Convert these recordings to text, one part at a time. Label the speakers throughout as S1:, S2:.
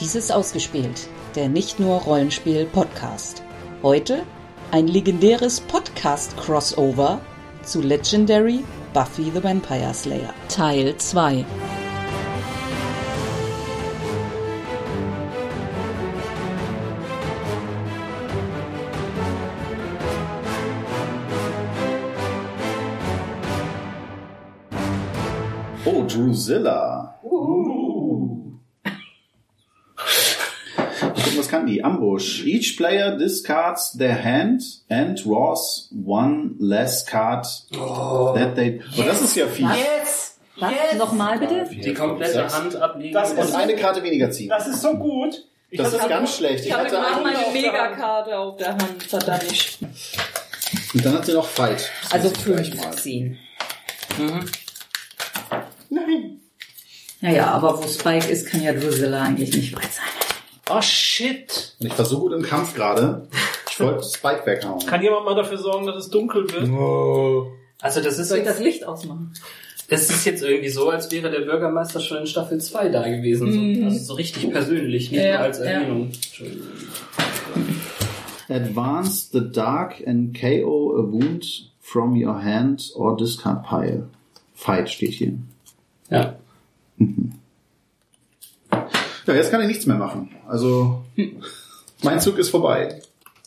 S1: Dies ist ausgespielt, der nicht nur Rollenspiel-Podcast. Heute ein legendäres Podcast-Crossover zu Legendary Buffy the Vampire Slayer, Teil 2.
S2: Oh, Drusilla. Uh. Gucken, was kann die? Ambush. Each player discards their hand and draws one less card that they... Oh, das ist ja viel.
S3: Yes!
S1: Was?
S3: Yes!
S1: Nochmal bitte?
S4: Die komplette Hand ablegen.
S5: Das
S2: Und eine Karte weniger ziehen.
S5: Das ist so gut. Ich
S2: Das
S5: hatte-
S2: ist ganz schlecht. Ich hatte
S3: gerade
S2: einen,
S3: meine
S1: Megakarte auf der Hand, verdammt.
S2: und dann hat sie noch Fight. Das
S1: Also
S2: muss ich gleich mal.
S1: 15.
S5: Nein.
S3: Mhm. Naja, aber wo Spike ist, kann ja Drusilla eigentlich nicht weit sein.
S4: Oh shit!
S2: Und ich war so gut im Kampf gerade. Ich wollte Spike weghauen.
S5: Kann jemand mal dafür sorgen, dass es dunkel wird?
S4: Also das ist,
S3: Soll ich das
S4: jetzt,
S3: Licht ausmachen?
S4: das ist jetzt irgendwie so, als wäre der Bürgermeister schon in Staffel 2 da gewesen. So, also so richtig persönlich, nicht
S3: Mhm. Ja,
S4: nur als
S3: ja.
S4: Erwähnung. Entschuldigung.
S2: Advance the dark and KO a wound from your hand or discard pile. Fight steht hier.
S4: Ja.
S2: Ja, jetzt kann ich nichts mehr machen. Also, mein Zug ist vorbei.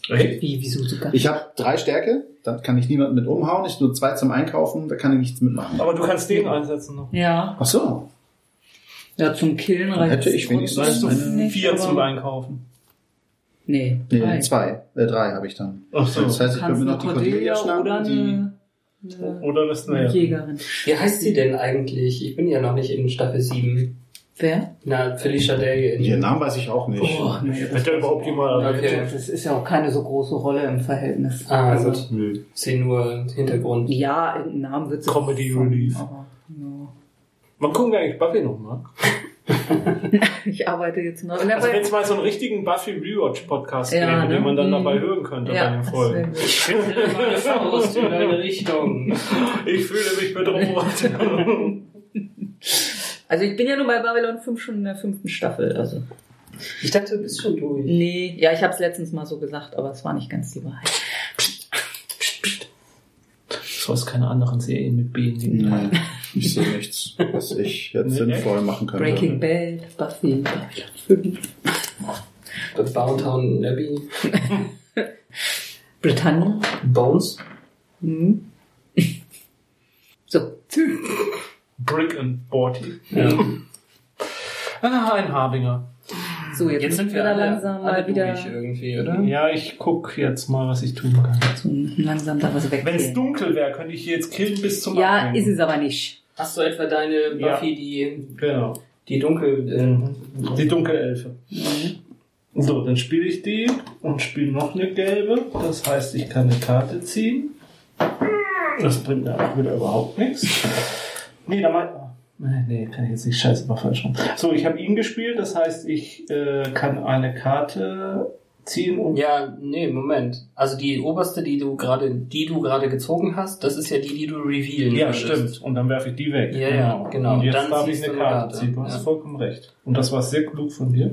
S3: Wie, wieso sogar?
S2: Ich habe drei Stärke, da kann ich niemanden mit umhauen. Ich nur zwei zum Einkaufen, da kann ich nichts mitmachen.
S5: Aber du kannst den einsetzen noch.
S3: Ja,
S2: Ach so.
S3: ja, zum Killen reicht
S2: Hätte
S3: es
S2: ich wenigstens
S3: trotzdem
S2: eine-
S3: nicht,
S5: Vier
S3: aber-
S5: zum Einkaufen.
S3: Nee,
S2: Nee,
S3: drei.
S2: zwei. Äh, drei habe ich dann.
S5: Ach so.
S2: Das heißt,
S3: Du
S2: ich könnte mir
S3: kannst eine
S2: noch die Cordelia
S3: Cordelia
S2: schnappen.
S3: oder
S2: die,
S3: eine, eine
S5: Oder das naja.
S3: Jägerin.
S4: Wie heißt sie denn eigentlich? Ich bin ja noch nicht in Staffel 7.
S3: Wer?
S4: Na, Felicia Day in
S2: ihren Namen weiß ich auch nicht.
S3: Oh, nee, das,
S5: Hat der überhaupt jemand
S4: Okay.
S3: das ist ja auch keine so große Rolle im Verhältnis.
S4: Ah,
S3: Also,
S4: gut.
S2: Nö.
S4: Sie nur Hintergrund.
S3: ja, irgendeinen Namen wird sie
S5: Comedy
S3: haben,
S5: Relief.
S3: aber, ja.
S5: Man gucken wir eigentlich Buffy nochmal.
S3: Ich arbeite jetzt noch.
S5: Also wenn es mal so einen richtigen Buffy Rewatch Podcast
S3: Ja,
S5: gäbe,
S3: ne?
S5: den man dann
S3: Mhm.
S5: dabei hören könnte bei den
S3: ja, das wär
S5: Folgen.
S3: gut.
S4: Meine Faust in deine Richtung.
S5: Ich fühle mich bedroht.
S3: also ich bin ja nur bei Babylon 5 schon in der fünften Staffel. Also
S4: Ich dachte, du bist schon durch.
S3: Nee, ja, ich habe es letztens mal so gesagt, aber es war nicht ganz die Wahrheit.
S5: so ist keine anderen Serien mit B
S2: Nein, ich sehe nichts, was ich jetzt
S5: Nee,
S2: sinnvoll machen könnte.
S3: Breaking Bad, Buffy, Babylon 5,
S4: Downtown Abbey.
S3: Britannia.
S4: Bones.
S3: Mhm. So.
S5: Brick and Borty.
S4: Ja.
S5: Ah, ein Harbinger.
S3: so, jetzt, sind wir da
S4: alle-
S3: langsam
S4: alle
S3: mal wieder
S4: durch irgendwie, oder?
S5: Ja, ich guck jetzt mal, was ich tun kann.
S3: zum, langsam da was weg.
S5: Wenn es dunkel wäre, könnte ich hier jetzt killen bis zum
S3: Ja,
S5: Abhängen.
S3: ist es aber nicht.
S4: Hast du etwa deine Buffy,
S5: Ja.
S4: die,
S5: Genau.
S4: die dunkel... Äh,
S5: Die Dunkelelfe. Mhm. So, dann spiele ich die und spiele noch eine gelbe. Das heißt, ich kann eine Karte ziehen. Das bringt mir auch wieder überhaupt nichts. Nee, da mein. Nee, nee, kann ich jetzt nicht scheiße, war falsch rum. So, ich habe ihn gespielt, das heißt, ich äh, kann eine Karte ziehen und.
S4: ja, nee, Moment. Also die oberste, die du gerade, die du gerade gezogen hast, das ist ja die, die du revealen
S5: Ja,
S4: würdest.
S5: stimmt. Und dann werfe ich die weg.
S4: Ja, ja, genau.
S5: Und jetzt
S4: Dann
S5: darf ich
S4: ziehst
S5: eine
S4: du
S5: Karte,
S4: eine
S5: ziehen. Du
S4: Karte,
S5: hast
S4: ja.
S5: vollkommen recht. Und das war sehr klug von dir.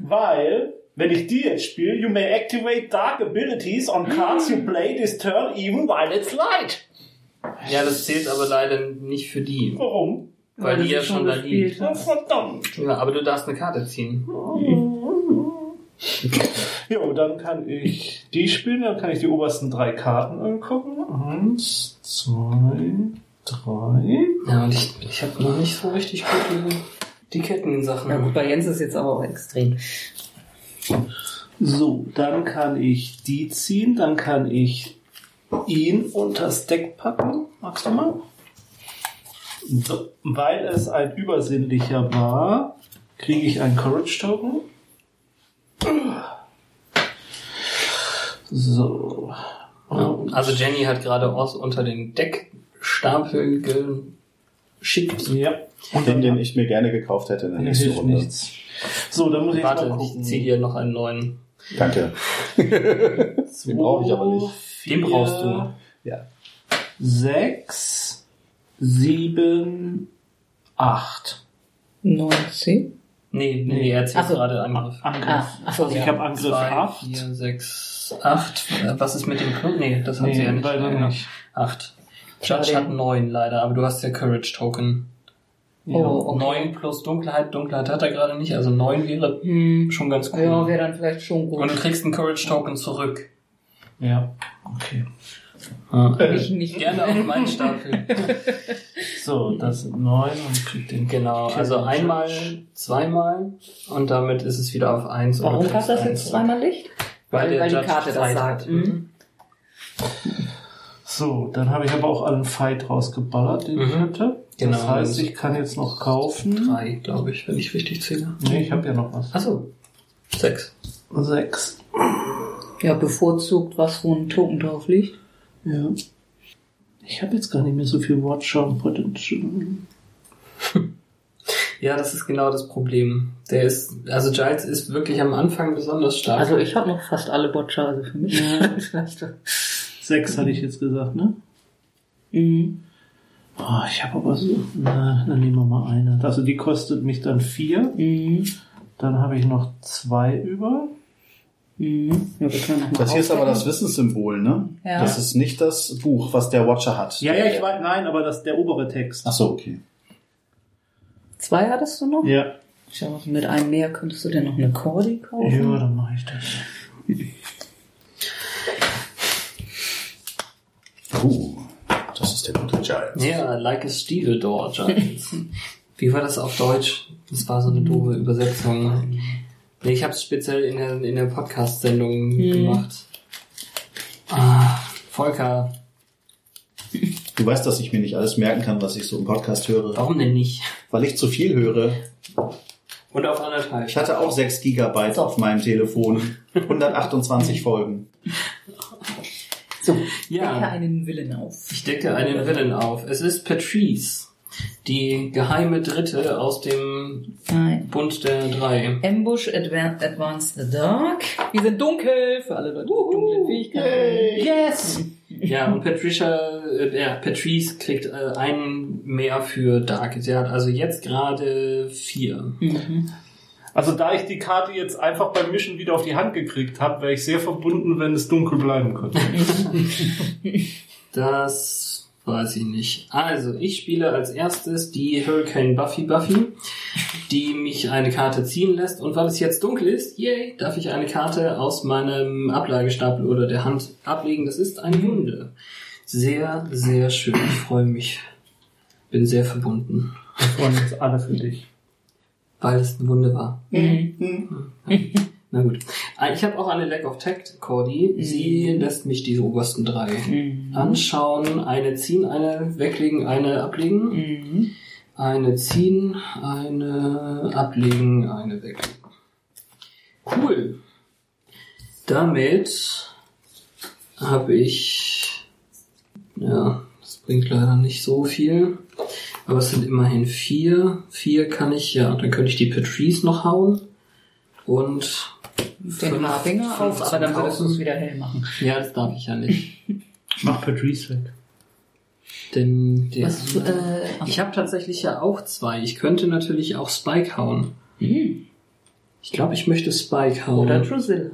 S5: Weil, wenn ich die jetzt spiele, you may activate dark abilities on cards you play this turn even while it's light.
S4: Ja, das zählt aber leider nicht für die,
S5: Warum?
S4: weil,
S3: du
S4: die ja
S3: sie
S4: schon da
S3: gespielt
S4: liegt.
S5: Oh,
S3: hast.
S5: verdammt.
S4: Ja, aber du darfst eine Karte ziehen.
S5: Jo, dann kann ich die spielen, dann kann ich die obersten drei Karten angucken. Eins, zwei, drei.
S4: Ja, und ich, ich habe noch nicht so richtig gut die, die Kettensachen.
S3: Ja gut, bei Jens ist jetzt aber auch extrem.
S5: So, dann kann ich die ziehen, dann kann ich ihn unters Deck packen. Magst du mal? So, weil es ein übersinnlicher war, kriege ich einen Courage Token. So.
S4: Ja, also Jenny hat gerade Oz unter den Deckstapel geschickt.
S5: ja. Und
S2: Den,
S5: dann
S2: den ich mir gerne gekauft hätte in der nächsten
S5: hilft
S2: Runde.
S5: nichts. So, dann muss ich jetzt
S4: Warte,
S5: mal
S4: ich
S5: gucken.
S4: zieh dir noch einen neuen.
S2: Danke.
S5: Den
S2: brauche ich aber nicht.
S4: Den brauchst du.
S2: Ja.
S5: Sechs, sieben, acht.
S3: 19.
S4: Nee, nee, er zählt
S3: Ach so.
S4: gerade Angriff.
S5: Angriff.
S3: Ah, ach so,
S5: also ich
S3: ja.
S5: habe Angriff 8.
S4: 4, 6, 8. Äh, Was ist mit dem Knoten? Nee, das haben
S5: Nee,
S4: sie ja nicht.
S5: leider
S4: Ja.
S5: nicht.
S4: Acht.
S3: Schade.
S4: Judge hat neun leider, aber du hast ja Courage Token.
S5: Ja.
S3: Oh. Okay.
S4: Neun plus Dunkelheit. Dunkelheit hat er gerade nicht, also neun wäre
S3: Hm.
S4: schon ganz cool.
S3: Ja, wäre dann vielleicht schon gut.
S4: Und du kriegst einen Courage Token zurück.
S5: ja. Okay.
S3: ich nicht.
S4: Gerne auf meinen Stapel.
S5: So, das sind 9 und kriegt den.
S4: genau, also einmal, zweimal und damit ist es wieder auf eins. und
S3: Warum
S4: du kriegst
S3: passt das
S4: einen
S3: jetzt
S4: zurück.
S3: zweimal Licht?
S4: Weil, der
S3: weil die
S4: Judge
S3: Karte das
S4: Zeit
S3: sagt.
S4: hat.
S3: Mhm.
S5: So, dann habe ich aber auch einen Fight rausgeballert, den ich
S4: Mhm.
S5: hatte.
S4: Genau.
S5: Das heißt, ich kann jetzt noch kaufen.
S4: Drei, glaube ich, wenn ich richtig zähle.
S5: Nee, ich habe ja noch was.
S4: Achso, sechs.
S5: 6.
S3: Ja, bevorzugt was, wo ein Token drauf liegt.
S5: Ja. Ich habe jetzt gar nicht mehr so viel Wortschau-Potential.
S4: Ja, das ist genau das Problem. Der ist, also Giles ist wirklich am Anfang besonders stark.
S3: Also ich habe noch fast alle Boccia, also für mich. Ja.
S5: 6 hatte ich jetzt gesagt, ne?
S3: mhm.
S5: Ah, ich habe aber so. Na, dann nehmen wir mal eine. Also die kostet mich dann 4.
S3: Mhm.
S5: Dann habe ich noch 2 über.
S3: Mhm. Ja, wir können noch mal
S2: Das hier ist aber das
S3: aufdecken.
S2: Wissenssymbol, ne?
S3: Ja.
S2: Das ist nicht das Buch, was der Watcher hat.
S5: Ja, ja, ich weiß, nein, aber das ist der obere Text.
S2: Ach so, okay.
S3: Zwei hattest du noch?
S5: Ja.
S3: Tja, mit einem mehr könntest du dir noch eine Cordy kaufen.
S5: Ja, dann mache ich das.
S2: Uh, das ist der gute Giles.
S4: Ja, like a Stevedore, Giles. Wie war das auf Deutsch? Das war so eine doofe
S5: Mhm.
S4: Übersetzung. Nee, ich habe es speziell in der, in der Podcast-Sendung
S5: Mhm.
S4: gemacht. Ah, Volker,
S2: Du weißt, dass ich mir nicht alles merken kann, was ich so im Podcast höre,
S4: warum denn nicht?
S2: weil ich zu viel höre.
S4: Und auf anderthalb.
S2: Ich hatte auch 6 Gigabyte auf meinem Telefon. 128 Folgen.
S3: So,
S4: Ja.
S3: decke einen Willen auf.
S4: Ich decke einen Villain auf. Es ist Patrice, die geheime Dritte aus dem
S3: Nein.
S4: Bund der Drei.
S3: Ambush Advan Advanced the Dark. Wir sind dunkel für alle Leute mit dunklen Fähigkeiten. Yes!
S4: Ja, und Patricia, äh, ja, Patrice kriegt äh, einen mehr für Dark. Sie hat also jetzt gerade vier.
S5: Also da ich die Karte jetzt einfach beim Mischen wieder auf die Hand gekriegt habe, wäre ich sehr verbunden, wenn es dunkel bleiben könnte.
S4: Das weiß ich nicht. Also, ich spiele als erstes die Hurricane Buffy Buffy, die mich eine Karte ziehen lässt. Und weil es jetzt dunkel ist, yay, darf ich eine Karte aus meinem Ablagestapel oder der Hand ablegen. Das ist eine Wunde. Sehr, sehr schön. Ich freue mich. Bin sehr verbunden,
S5: Und jetzt alle für dich.
S4: weil es eine Wunde war.
S3: Mhm.
S4: Na gut. Ah, Ich habe auch eine Lack of Tact, Cordy.
S3: Mhm.
S4: Sie lässt mich diese obersten drei anschauen. Eine ziehen, eine weglegen, eine ablegen.
S3: Mhm.
S4: Eine ziehen, eine ablegen, eine weglegen. Cool. Damit habe ich... Ja, das bringt leider nicht so viel. Aber es sind immerhin vier. Vier kann ich, ja, dann könnte ich die Patrice noch hauen. Und
S3: Den Haarfinger auf, aber dann würdest du es
S4: 15.000.
S3: wieder hell machen.
S4: Ja, das darf ich ja nicht.
S5: Mach Patrice weg.
S4: Denn der
S3: Was, äh,
S4: ich habe tatsächlich ja auch zwei. Ich könnte natürlich auch Spike hauen.
S3: Mhm.
S4: Ich glaube, ich möchte Spike hauen.
S3: Oder Drusilla.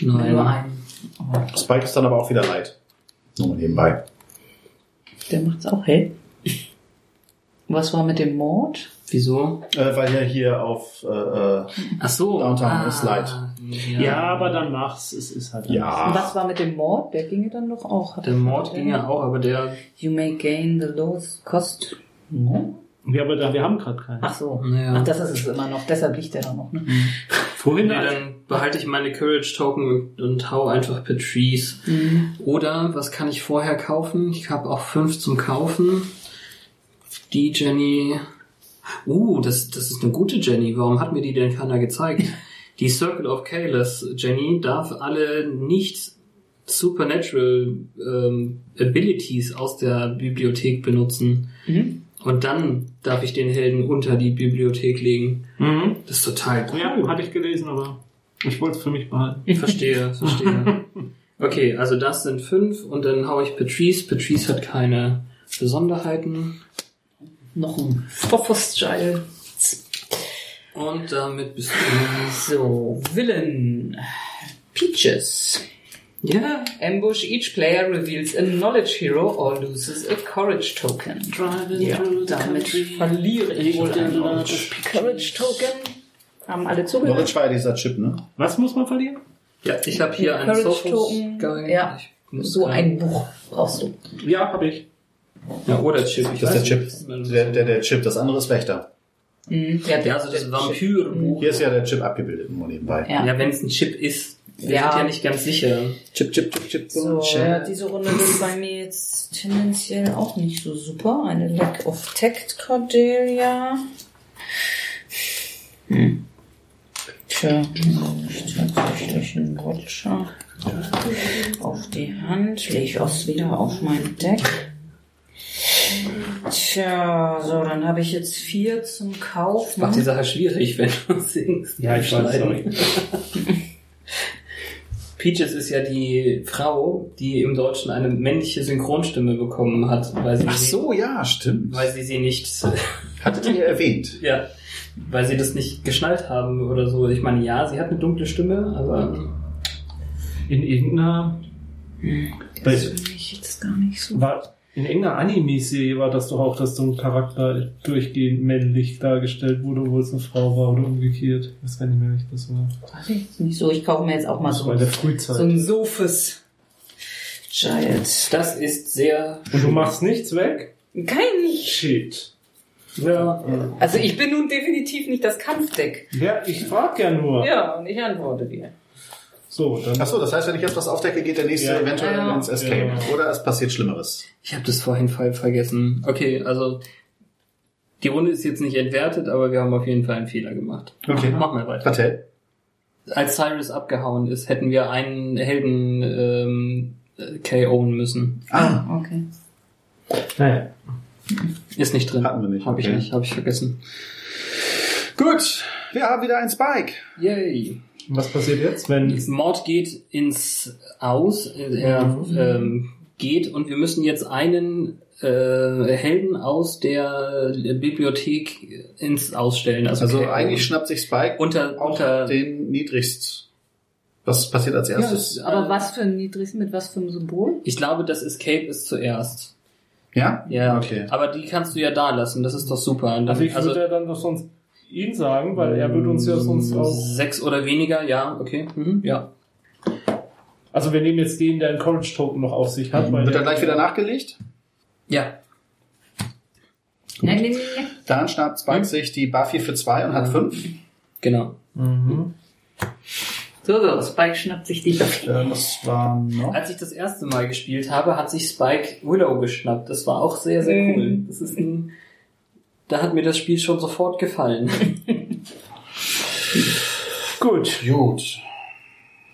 S3: Nur
S4: Nein.
S3: einen. Oh,
S2: Spike ist dann aber auch wieder leid. Nur mal nebenbei.
S3: Der macht's auch hell. Was war mit dem Mord?
S4: Wieso?
S2: Äh, weil ja hier auf... Äh, äh,
S4: Ach so. Ah.
S2: Downtown ist leid.
S5: Ja, aber dann mach's. Es ist halt
S3: Und
S2: ja.
S3: was war mit dem Mord? Der ginge dann doch auch.
S4: Der Mord ging ja auch, aber der.
S3: You may gain the lowest cost. No?
S5: Ja, aber da, wir haben gerade keinen.
S3: Ach so.
S4: Ja.
S3: Ach, das ist es immer noch. Deshalb liegt der da noch. Ne?
S5: Vorhin
S4: Nee, dann behalte ich meine Courage Token und, und hau einfach Patrice.
S3: Mhm.
S4: Oder was kann ich vorher kaufen? Ich habe auch fünf zum Kaufen. Die Jenny. Uh, das, das ist eine gute Jenny. Warum hat mir die denn keiner gezeigt? Die Circle of Kalos Jenny darf alle nicht supernatural ähm, Abilities aus der Bibliothek benutzen.
S3: Mhm.
S4: Und dann darf ich den Helden unter die Bibliothek legen.
S5: Mhm.
S4: Das ist total cool.
S5: Ja, hatte ich gelesen, aber ich wollte es für mich behalten.
S4: Ich verstehe, verstehe. Okay, also das sind fünf und dann hau ich Patrice. Patrice hat keine Besonderheiten.
S3: Noch ein Froffus-Child.
S4: Und damit bist du.
S3: So, Villain. Peaches.
S4: Yeah.
S3: Ambush each player reveals a knowledge hero or loses a courage token.
S4: Driving
S3: Ja,
S4: through the
S3: damit
S4: country.
S3: verliere ich wohl ein
S4: Knowledge.
S3: Courage Token. Haben
S2: Knowledge
S3: alle zugehört?
S2: war ja dieser Chip, ne?
S5: Was muss man verlieren?
S4: Ja, ich habe hier einen
S3: Courage
S4: Social
S3: Token. Ja. So ein Buch brauchst du.
S5: Ja, habe ich.
S4: Ja, oder Chip. Ich
S2: Das
S4: weiß
S2: ist der Chip.
S4: nicht.
S2: Der, der, der Chip, das andere ist Wächter.
S3: Ja,
S4: Ja, also das Vampyrbuch.
S2: Hier ist ja der Chip abgebildet, nur nebenbei.
S3: Ja.
S4: Ja, wenn es ein Chip ist. Wir
S3: Ja.
S4: sind ja nicht ganz sicher.
S2: Chip, Chip, Chip, Chip.
S3: So,
S2: Chip.
S3: ja, diese Runde wird bei mir jetzt tendenziell auch nicht so super. Eine Lack of Tact Cordelia. Tja, nicht tatsächlich ein Rutscher. Auf die Hand lege ich auch wieder auf mein Deck. Tja, so, dann habe ich jetzt vier zum Kauf.
S4: Macht die Sache schwierig, wenn du singst. Schneiden. Peaches ist ja die Frau, die im Deutschen eine männliche Synchronstimme bekommen hat, weil sie,
S2: Ach so, ja, stimmt.
S4: weil sie sie nicht,
S2: Hattet ihr erwähnt.
S4: ja, weil sie das nicht geschnallt haben oder so. Ich meine, ja, sie hat eine dunkle Stimme, aber
S5: In irgendeiner. Bei,
S3: Das finde ich jetzt gar nicht so.
S5: war, in irgendeiner Anime-Serie war das doch auch, dass so ein Charakter durchgehend männlich dargestellt wurde, obwohl es eine Frau war oder umgekehrt. Ich weiß gar nicht mehr, wie ich das war.
S3: Weiß ich jetzt Nicht so. Ich kaufe mir jetzt auch mal
S5: Das
S3: so
S5: war in der
S3: So
S5: Frühzeit.
S3: ein Sofes. Giant.
S4: das ist sehr,
S5: Und du machst nichts weg?
S3: Kein.
S5: Shit.
S4: ja,
S3: Also ich bin nun definitiv nicht das Kampfdeck.
S5: Ja, ich frag ja nur.
S3: Ja, und ich antworte dir.
S5: So, dann.
S2: Ach so, das heißt, wenn ich jetzt was aufdecke, geht der nächste
S5: Ja.
S2: eventuell
S3: Ja.
S2: ins Escape.
S5: Ja.
S2: Oder es passiert Schlimmeres.
S4: Ich habe das vorhin voll vergessen. Okay, also die Runde ist jetzt nicht entwertet, aber wir haben auf jeden Fall einen Fehler gemacht.
S2: Okay.
S4: Mach mal weiter.
S2: Patel?
S4: Als Cyrus abgehauen ist, hätten wir einen Helden ähm, äh, KO'en müssen.
S2: Ah,
S3: Okay.
S5: Naja.
S4: Ist nicht drin.
S2: Hatten wir nicht,
S4: Hab ich
S2: okay.
S4: nicht, hab ich vergessen.
S2: gut. Wir haben wieder ein Spike.
S4: Yay.
S5: Und Was passiert jetzt, wenn.
S4: Mord geht ins Aus. Er
S5: Mhm.
S4: ähm, geht und wir müssen jetzt einen äh, Helden aus der Bibliothek ins Ausstellen. Also,
S2: Also
S4: KO.
S2: eigentlich schnappt sich Spike
S4: unter,
S2: auch
S4: unter
S2: den niedrigst. Was passiert als
S4: Ja,
S2: erstes?
S4: es-
S6: Aber was für ein niedriges, mit was für einem Symbol?
S4: Ich glaube, das Escape ist zuerst.
S2: Ja?
S4: Ja,
S2: Okay.
S4: aber die kannst du ja da lassen. Das ist doch super. Und dann-
S5: Also ich würde
S4: also
S5: ja dann doch sonst ihn sagen, weil er würde uns ja sonst auch.
S4: um sechs oder weniger, ja, okay. Mhm, ja.
S5: Also wir nehmen jetzt den, der einen Courage-Token noch auf sich hat. Weil
S2: Mhm. Wird
S5: der-
S2: dann gleich wieder nachgelegt?
S4: Ja.
S3: Nein, nein, nein.
S2: Dann schnappt Spike
S5: Hm.
S4: Mhm.
S2: sich die Buffy für zwei und hat
S4: Ja.
S2: fünf.
S4: Genau.
S5: Mhm.
S3: So, so, Spike schnappt sich die.
S2: Äh, Das war noch.
S5: Äh.
S4: Als ich das erste Mal gespielt habe, hat sich Spike Willow geschnappt. Das war auch sehr, sehr
S3: Mhm.
S4: cool. Das ist ein. Da hat mir das Spiel schon sofort gefallen.
S5: Gut,
S2: Gut.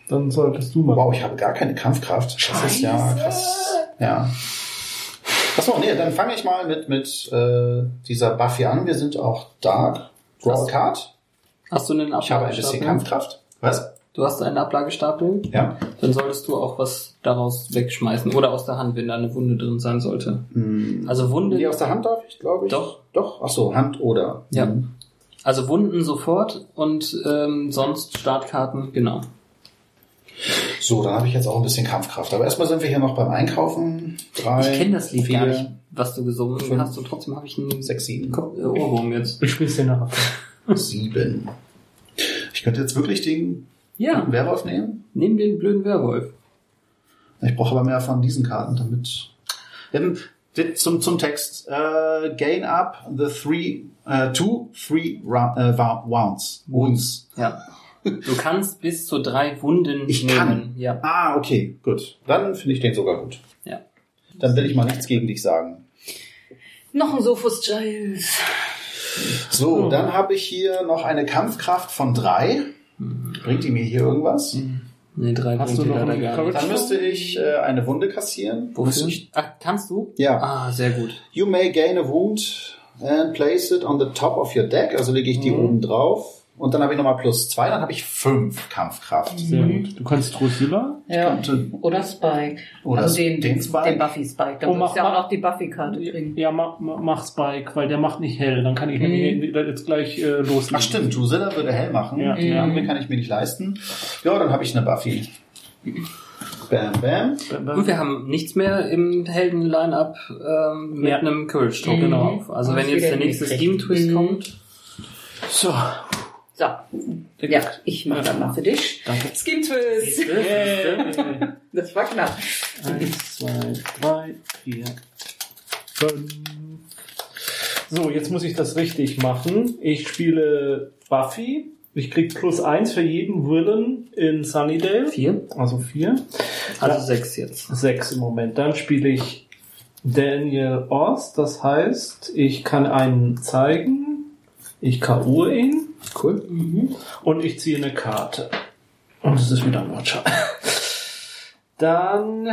S5: dann solltest du mal.
S2: Oh, Wow, ich habe gar keine Kampfkraft. Das ist ja krass. Ja. Achso, nee, dann fange ich mal mit, mit äh, dieser Buffy an. Wir sind auch Dark. Draw a
S4: Was?
S2: Card.
S4: Hast du einen
S2: Ich habe ein bisschen
S4: Ablagestapel?
S2: Kampfkraft. Was?
S4: Du hast einen Ablagestapel?
S2: Ja.
S4: Dann solltest du auch was daraus wegschmeißen. Oder aus der Hand, wenn da eine Wunde drin sein sollte.
S2: Hm.
S4: Also Wunde.
S2: Die aus der Hand darf ich, glaube ich.
S4: Doch.
S2: Doch. Achso, Hand oder.
S4: Ja. Also Wunden sofort und ähm, sonst Startkarten, genau.
S2: So, dann habe ich jetzt auch ein bisschen Kampfkraft. Aber erstmal sind wir hier noch beim Einkaufen. Drei,
S4: Ich kenne das Lied
S2: vier,
S4: gar nicht, was du gesungen
S2: fünf,
S4: hast und trotzdem habe ich einen
S2: Sechs, sieben,
S4: Ko- äh, Ohrwurm jetzt.
S5: Ich spiel's dir nachher.
S2: sieben. Ich könnte jetzt wirklich den
S4: Ja,
S2: Werwolf nehmen.
S4: nimm den blöden Werwolf.
S2: Ich brauche aber mehr von diesen Karten, damit. Ähm, di- zum, zum Text. Äh, gain up the three, äh, two, three ra- äh, wa- wounds. Wounds.
S4: Ja. Du kannst bis zu drei Wunden
S2: Ich
S4: nehmen.
S2: kann.
S4: Ja.
S2: Ah, okay, gut. Dann finde ich den sogar gut.
S4: Ja.
S2: Dann will ich mal nichts gegen dich sagen.
S3: Noch ein Sophus Giles.
S4: Oh.
S2: So, dann habe ich hier noch eine Kampfkraft von drei.
S4: Mhm.
S2: Bringt die mir hier irgendwas?
S4: Nee, drei
S5: Hast du
S4: Punkte
S5: noch
S4: leider
S5: einen
S4: gar
S5: Courage?
S4: nicht.
S2: Dann müsste ich äh, eine Wunde kassieren.
S4: Wofür?
S2: Müsste ich-
S4: Ach, kannst du?
S2: Ja.
S4: Ah, sehr gut.
S3: Mhm.
S2: You may gain a wound and place it on the top of your deck. Also lege ich die oben drauf. Und dann habe ich nochmal plus zwei, dann habe ich fünf Kampfkraft.
S5: Sehr gut. Du kannst Drusilla.
S6: Ja.
S2: Und, äh,
S3: Oder Spike.
S2: Oder
S3: also den,
S2: den Spike.
S3: Den Buffy Spike. Dann
S5: Oh,
S3: würdest
S5: mach
S3: du ja auch
S5: mal.
S3: noch die Buffy-Karte kriegen.
S5: Ja, mach, mach mach Spike, weil der macht nicht hell. Dann kann ich nämlich jetzt gleich äh, loslegen.
S2: ach stimmt, Drusilla würde hell machen.
S5: Ja,
S2: Die
S3: Mhm.
S5: ja.
S2: andere kann ich mir nicht leisten. Ja, dann habe ich eine Buffy. Bam, bam.
S4: Und wir haben nichts mehr im Helden-Line-Up ähm, mit
S5: Ja.
S4: einem Courage-Token
S3: Mhm.
S4: drauf. Also
S3: Und
S4: wenn
S3: das
S4: jetzt
S3: wieder
S4: der nächste
S3: hingekriegt.
S4: Steam-Twist
S3: Mhm.
S4: kommt,
S5: So.
S3: So. Ja, ich mache dann mal für dich.
S4: danke.
S3: Skin Twist.
S5: Yeah.
S3: Das war knapp.
S5: Eins, zwei, drei, vier, fünf. So, jetzt muss ich das richtig machen. Ich spiele Buffy. Ich krieg plus eins für jeden Willen in Sunnydale.
S4: Vier,
S5: Also vier.
S4: also
S5: Ja.
S4: sechs jetzt.
S5: Sechs im Moment. Dann spiele ich Daniel Oz. Das heißt, ich kann einen zeigen. Ich K.O. ihn.
S4: Cool.
S5: Und ich ziehe eine Karte. Und es ist wieder ein Watcher. Dann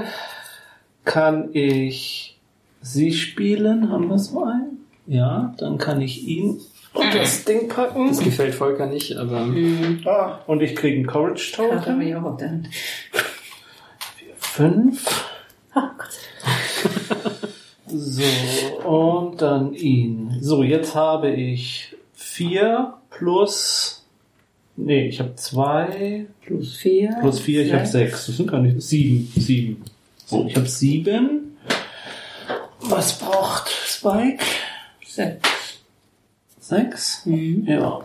S5: kann ich sie spielen. Haben wir so einen? Ja, dann kann ich ihn und das Ding packen.
S4: Das gefällt Volker nicht, aber
S3: Mhm.
S2: Ah,
S5: Und ich kriege einen Courage
S3: Karte habe
S5: Token.
S3: ich auch auf der Hand.
S5: Fünf.
S3: Ah, Gott.
S5: So, und dann ihn. So, jetzt habe ich vier plus. Nee, ich habe zwei.
S3: Plus vier.
S5: Plus vier, ich habe sechs. Das sind gar nicht. Sieben. Sieben. So, ich habe sieben. Was braucht Spike?
S3: sechs.
S5: Sechs? Ja.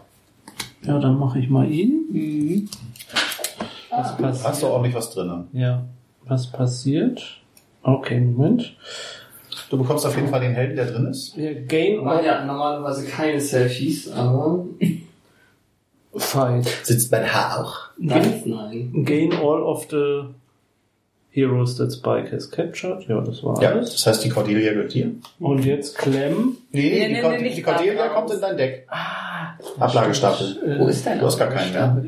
S5: Ja, dann mache ich mal ihn.
S3: Mhm.
S5: Was
S2: hast
S5: passiert?
S2: du ordentlich was drin.
S5: Ja. Was passiert? Okay, Moment.
S2: Du bekommst auf jeden Fall den Helden, der drin ist.
S5: Wir gain
S4: wir machen
S5: or
S4: ja normalerweise keine Selfies, aber
S5: fight.
S2: Sitzt mein Haar auch.
S5: Nein.
S4: ganz nein.
S5: Gain all of the heroes that Spike has captured. Ja, das war
S2: Ja,
S5: alles.
S2: das heißt, die Cordelia gehört dir.
S5: Und jetzt Clem.
S2: Nee,
S3: Nee,
S2: die,
S3: nee,
S2: Cord-
S3: nee, nicht
S2: die Cordelia
S3: abhauen.
S2: kommt in dein Deck. Ablagestapel.
S5: Äh,
S3: Wo ist dein
S2: Du hast gar keinen mehr.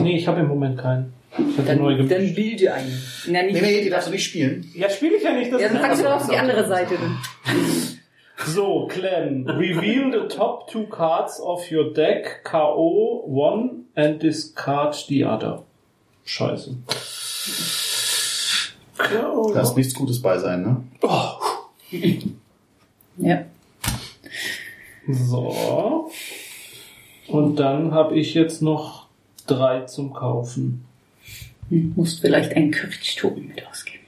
S5: Nee, ich habe im Moment keinen. Ich habe
S3: Dann,
S5: neu
S3: dann
S5: gemischt.
S3: bilde einen. Na, nicht.
S2: Nee, nee, die darfst du nicht spielen.
S5: Ja, spiele ich ja nicht. Das
S3: Ja, dann packst du
S5: ist
S3: doch auf die andere Seite. Dann.
S5: so, Clem. Reveal the top two cards of your deck. K.O. one and discard the other. Scheiße.
S2: Da ist nichts Gutes bei sein, ne?
S3: Ja.
S5: So. Und dann habe ich jetzt noch drei zum Kaufen.
S3: Hm, musst vielleicht einen Kirchtoten mit ausgeben.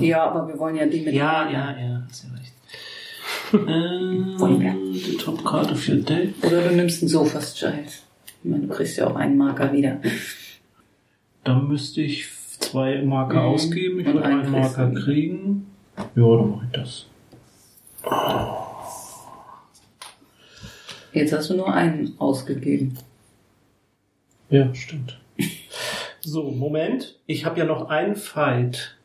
S5: Ja,
S3: Ja, aber wir wollen ja die mit.
S5: ja, ja. Hast ja recht. ähm, die Top Card of your deck.
S3: Oder du nimmst einen Sofas Child. Ich meine, Du kriegst ja auch einen Marker wieder.
S5: Da müsste ich zwei Marker
S3: Mhm.
S5: ausgeben. Ich
S3: Und
S5: würde
S3: einen
S5: einen Marker
S3: kriegst du.
S5: kriegen. Ja, dann mache ich das.
S3: Jetzt hast du nur einen ausgegeben.
S5: Ja, stimmt. So, Moment. Ich habe ja noch einen Fight.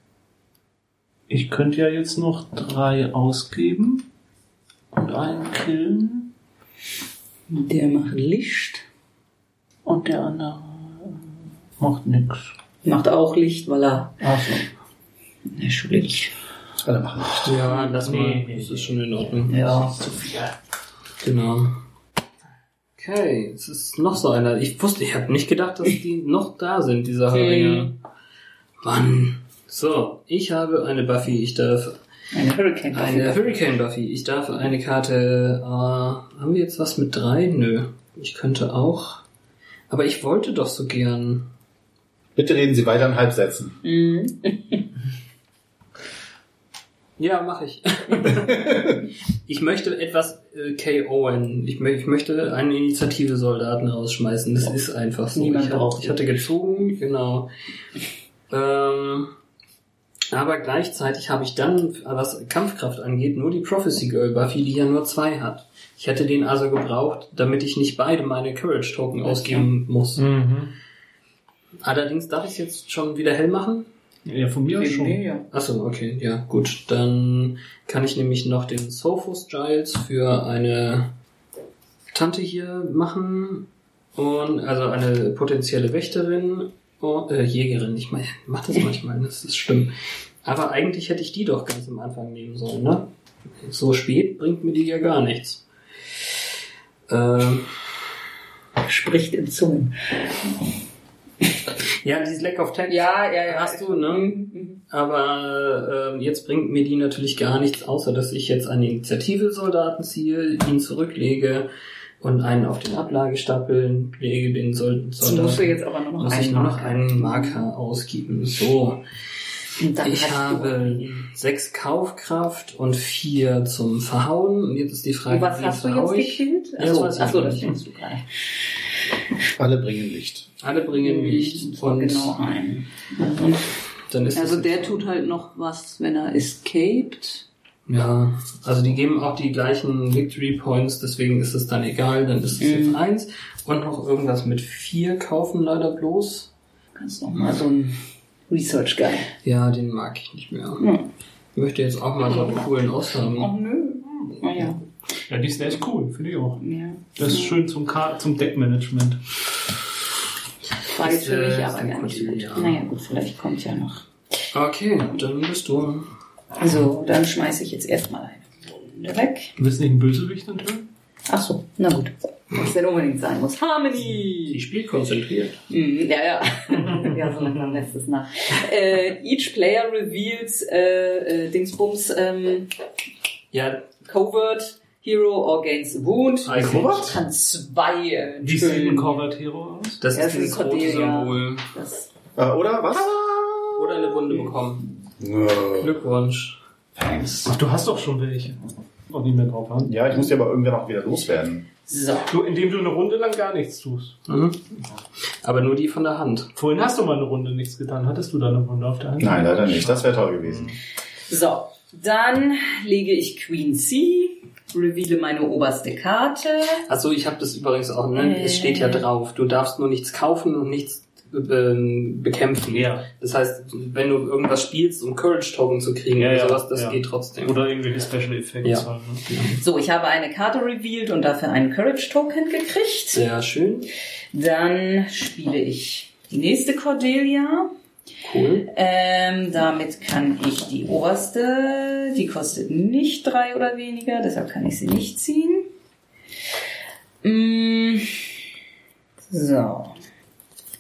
S5: Ich könnte ja jetzt noch drei ausgeben und einen killen
S3: Der macht Licht.
S5: und der andere äh, macht nix. Also.
S3: Macht auch Licht, weil er.
S5: Ach so.
S3: Na, Entschuldigung.
S2: Alle machen nicht.
S4: Ja, lass mal.
S5: Nee, nee,
S4: das
S5: nee.
S4: ist schon in Ordnung.
S3: Ja.
S5: Zu viel.
S4: Genau. Okay, es ist noch so einer. Ich wusste, ich habe nicht gedacht, dass die noch da sind, diese Heringe. Mann. So, ich habe eine Buffy, ich darf
S3: Ein Hurricane.
S4: eine Hurricane Buffy, ich darf eine Karte. Äh, haben wir jetzt was mit drei? Nö. Ich könnte auch. Aber ich wollte doch so gern.
S2: Bitte reden Sie weiter in Halbsätzen.
S3: Mhm.
S4: Ja, mache ich. ich möchte etwas äh, KOen. Ich, mö ich möchte einen Initiative-Soldaten rausschmeißen. Das ist einfach so.
S3: Niemand
S4: ich, hab-
S3: braucht
S4: ich hatte gezogen, genau. Ähm, aber gleichzeitig habe ich dann, was Kampfkraft angeht, nur die Prophecy Girl Buffy, die ja nur zwei hat. Ich hätte den also gebraucht, damit ich nicht beide meine Courage-Token ausgeben muss.
S5: Mhm.
S4: Allerdings darf ich es jetzt schon wieder hell machen.
S5: Ja, von mir aus schon.
S3: Nee, ja.
S4: Achso, okay, ja, gut. Dann kann ich nämlich noch den Sophos Giles für eine Tante hier machen. Und also eine potenzielle Wächterin und äh, Jägerin. Ich meine, mach das manchmal, das ist schlimm. Aber eigentlich hätte ich die doch ganz am Anfang nehmen sollen, ne? So spät bringt mir die ja gar nichts. Ähm,
S3: spricht in Zungen.
S4: Ja, dieses Lack of Text.
S3: Ja, ja, Mhm. ja.
S4: Hast du, ne? Aber ähm, jetzt bringt mir die natürlich gar nichts, außer dass ich jetzt eine Initiative-Soldaten ziehe, ihn zurücklege und einen auf den Ablagestapel lege, den Sol
S3: Das musst du jetzt aber nur noch
S4: muss ich
S3: einen
S4: nur noch
S3: machen.
S4: einen Marker ausgeben. So,
S3: Und dann
S4: ich
S3: hast du-
S4: habe sechs Kaufkraft und vier zum Verhauen. Und jetzt ist die Frage,
S3: Und was
S4: wie
S3: hast du
S4: verhau
S3: jetzt
S4: ich?
S3: gekillt?
S4: Ja, das
S3: Achso,
S4: weiß ich
S3: achso,
S4: noch
S3: das
S4: nicht.
S3: denkst du gleich.
S2: Alle bringen Licht.
S4: Alle bringen Licht
S3: Und
S4: und
S3: Hm, genau ein.
S4: dann ist
S6: Also
S4: es-
S6: der tut halt noch was, wenn er escaped.
S4: Ja, also die geben auch die gleichen Victory Points, deswegen ist es dann egal, dann ist es jetzt eins. Und noch irgendwas mit vier kaufen leider bloß.
S3: Kannst noch mal so ein Research Guy.
S4: Ja, den mag ich nicht mehr.
S3: Hm.
S4: Ich möchte jetzt auch mal so einen coolen Aushaben.
S3: nö. Naja.
S5: Ja, die ist echt cool, finde ich auch.
S3: Ja.
S5: Das ist schön zum, Ka zum Deckmanagement.
S3: War jetzt
S4: Ist,
S3: für mich
S4: äh, ist
S3: aber
S4: ein
S3: gar nicht so
S4: guter
S3: gut.
S4: Jahr.
S3: Naja, gut, vielleicht kommt ja noch.
S4: Okay, dann bist du.
S3: Also, dann schmeiße ich jetzt erstmal eine Runde weg.
S5: Willst du nicht einen Bösewicht enthüllen?
S3: Ach so, na gut. Was denn unbedingt sein muss. Harmony!
S4: Spiel konzentriert.
S3: Mhm, ja, ja. ja, so langsam lässt es nach. Äh, each player reveals äh, äh, Dingsbums ähm,
S4: Ja,
S3: Covert Hero or gains a wound.
S4: Ein Covert?
S3: Kann zwei äh,
S5: Wie sieht ein
S3: füllen.
S5: Covered Hero aus?
S4: das
S3: Ja,
S4: ist
S3: das ist
S4: dieses rote
S3: Cordelia.
S4: Symbol.
S3: Das,
S2: Äh, oder was?
S4: Oder eine Wunde bekommen.
S2: Nö.
S4: Glückwunsch.
S2: Thanks.
S5: Ach, du hast doch schon welche. Auch nicht mehr drauf haben.
S2: Ja, ich muss die aber irgendwann auch wieder loswerden.
S3: so.
S5: Du, indem du eine Runde lang gar nichts tust.
S4: Mhm. Aber nur die von der Hand.
S5: Vorhin hast du mal eine Runde nichts getan. Hattest du da eine Runde auf der Hand?
S2: Nein, leider nicht. Das wäre toll gewesen.
S3: so, dann lege ich Queen C, reveale meine oberste Karte.
S4: Achso, ich habe das übrigens auch, ne?
S3: Äh.
S4: Es steht ja drauf, du darfst nur nichts kaufen und nichts ähm, bekämpfen.
S5: Ja.
S4: Das heißt, wenn du irgendwas spielst, um Courage-Token zu kriegen
S5: Ja,
S4: oder
S5: ja,
S4: sowas, das
S5: ja.
S4: geht trotzdem.
S5: Oder irgendwelche Special Effects.
S4: Ja.
S5: Halt, ne?
S3: So, ich habe eine Karte revealed und dafür einen Courage-Token gekriegt.
S4: Sehr schön.
S3: Dann spiele ich die nächste Cordelia.
S4: Cool.
S3: Ähm, damit kann ich die oberste, die kostet nicht drei oder weniger, deshalb kann ich sie nicht ziehen. Mm, So,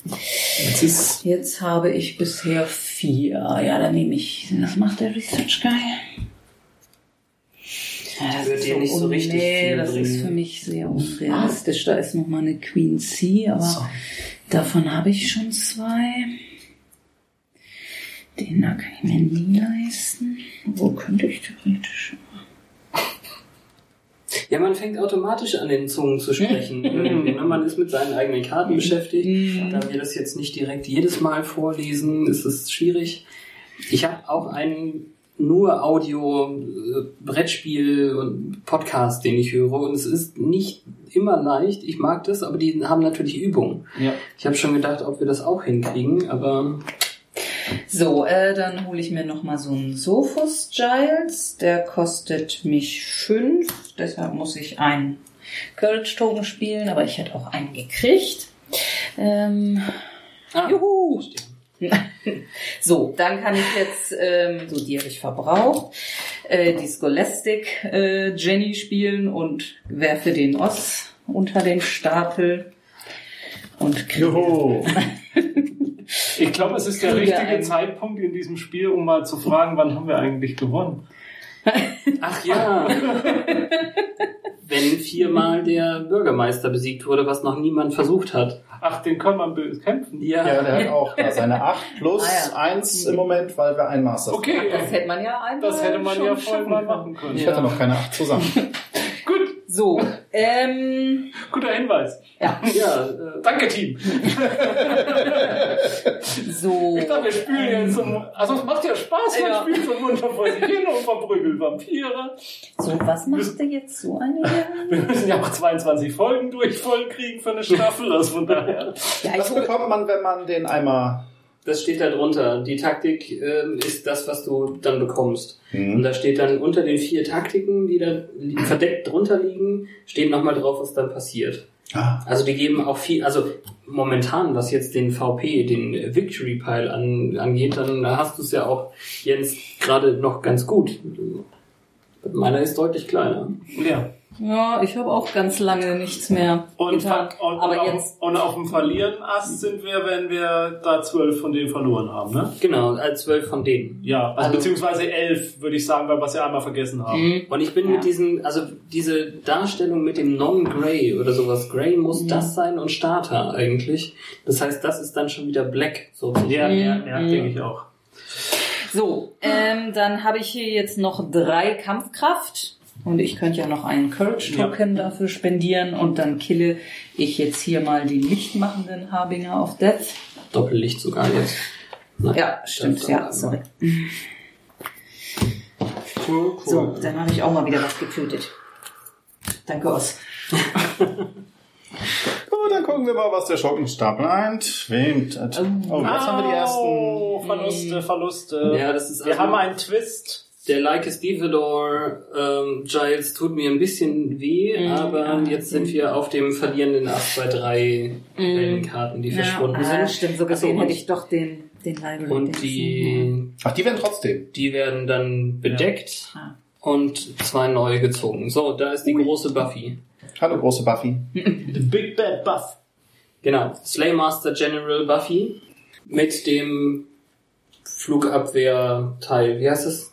S5: Das ist
S3: jetzt habe ich bisher vier. Ja, dann nehme ich. Was macht der Research Guy? Ja,
S4: Wird dir nicht so
S3: un-
S4: richtig viel
S3: das
S4: bringen.
S3: ist für mich sehr unrealistisch. Da ist nochmal eine Queen C, aber
S4: So.
S3: davon habe ich schon zwei. Den da kann ich mir nie leisten. Wo könnte ich theoretisch?
S4: Ja, man fängt automatisch an, in Zungen zu sprechen. Wenn man ist mit seinen eigenen Karten beschäftigt,
S5: Mhm.
S4: da wir das jetzt nicht direkt jedes Mal vorlesen, ist es schwierig. Ich habe auch einen nur Audio, äh, Brettspiel und Podcast, den ich höre. Und es ist nicht immer leicht. Ich mag das, aber die haben natürlich Übung.
S5: ja.
S4: Ich habe schon gedacht, ob wir das auch hinkriegen, aber
S3: So, äh, dann hole ich mir nochmal so einen Sophus Giles. Der kostet mich fünf. Deshalb muss ich einen Courage Token spielen, aber ich hätte auch einen gekriegt. Ähm,
S4: Ah.
S3: Juhu! So, dann kann ich jetzt, ähm, so die habe ich verbraucht, äh, die Scholastic äh, Jenny spielen und werfe den Oss unter den Stapel und kriege
S5: Juhu. Ich glaube, es ist der
S3: Kriege
S5: richtige
S3: ein-
S5: Zeitpunkt in diesem Spiel, um mal zu fragen, wann haben wir eigentlich gewonnen.
S4: Ach ja. Wenn viermal der Bürgermeister besiegt wurde, was noch niemand versucht hat.
S5: Ach, den kann man bekämpfen.
S4: Ja.
S2: Ja, der hat auch da seine 8 plus
S3: Ah, ja.
S2: 1 im Moment, weil wir einen Master
S3: Das
S5: Okay,
S3: hätte man ja einmal
S5: das hätte man
S3: schon
S5: ja voll
S3: schaffen
S5: mal
S3: können.
S5: machen können.
S2: Ich hatte noch keine 8 zusammen.
S5: Gut,
S3: So, ähm,
S5: guter Hinweis.
S3: ja,
S4: Ja, äh,
S5: Danke, Team.
S3: so.
S5: Ich dachte, wir spielen jetzt so. Also, es macht ja Spaß, man
S3: Ja.
S5: spielt so munter vor sich hin und verprügelt Vampire.
S3: So, was machst du jetzt so eine Jahre?
S5: Wir müssen ja auch 22 Folgen durch voll kriegen für eine Staffel, also von daher.
S3: Ja, ich
S2: Was
S3: hol,
S2: bekommt man, wenn man den einmal...
S4: das steht da drunter. Die Taktik ähm, ist das, was du dann bekommst. Und
S2: Hm.
S4: da steht dann unter den vier Taktiken, die da li- verdeckt drunter liegen, steht nochmal drauf, was dann passiert.
S2: Ah,
S4: Also die geben auch viel, also momentan, was jetzt den VP, den äh, Victory Pile an, angeht, dann hast du es ja auch, Jens, gerade noch ganz gut. Meiner ist deutlich kleiner.
S5: Ja.
S3: Ja, ich habe auch ganz lange nichts mehr
S5: Und,
S3: getan.
S5: und, genau.
S3: Aber
S5: auf,
S3: jetzt,
S5: und auf dem Verlieren-Ast sind wir, wenn wir da zwölf von denen verloren haben, ne?
S4: Genau, als zwölf von denen.
S5: Ja, also,
S4: Also-
S5: beziehungsweise elf, würde ich sagen, weil wir es ja einmal vergessen haben.
S3: Mhm.
S4: Und ich bin
S3: Ja.
S4: mit diesen, also diese Darstellung mit dem Non-Gray oder sowas. Gray
S3: Mhm.
S4: muss das sein und Starter eigentlich. Das heißt, das ist dann schon wieder Black. So
S5: Ja, ja, ja,
S3: Mhm.
S5: denke ich auch.
S3: so, ähm, dann habe ich hier jetzt noch drei Kampfkraft. Und ich könnte ja noch einen Courage-Token dafür spendieren. Und dann kille ich jetzt hier mal den nicht machenden Harbinger of Death.
S4: Doppellicht sogar jetzt. Nein,
S3: Ja,
S4: das
S3: stimmt,
S4: ist
S3: ja,
S4: aber-
S3: sorry.
S4: Cool, cool.
S3: So, dann habe ich auch mal wieder was getötet. Danke, Oss.
S2: So, Oh, dann gucken wir mal, was der Schockenstapel eintwinkt.
S3: Ähm,
S2: Oh, jetzt haben wir die ersten.
S5: Oh, Verluste, Verluste.
S4: Ja, das ist
S5: wir
S4: also-
S5: haben einen Twist.
S4: Der Like is Dividor, ähm, Giles tut mir ein bisschen weh,
S3: Mhm.
S4: aber jetzt sind wir auf dem verlierenden Ast bei drei Wellenkarten, die verschwunden
S3: Mhm. ah,
S4: sind.
S3: stimmt, so
S4: Ach so,
S3: gesehen
S4: und-
S3: hätte ich doch den, den Leibel.
S4: Und die,
S2: Ach, die werden trotzdem.
S4: die werden dann bedeckt
S3: Ah.
S4: und zwei neu gezogen. So, da ist die große Buffy.
S2: Hallo, große Buffy.
S5: The Big Bad Buff.
S4: Genau, Slaymaster General Buffy mit dem Flugabwehrteil. Wie heißt es?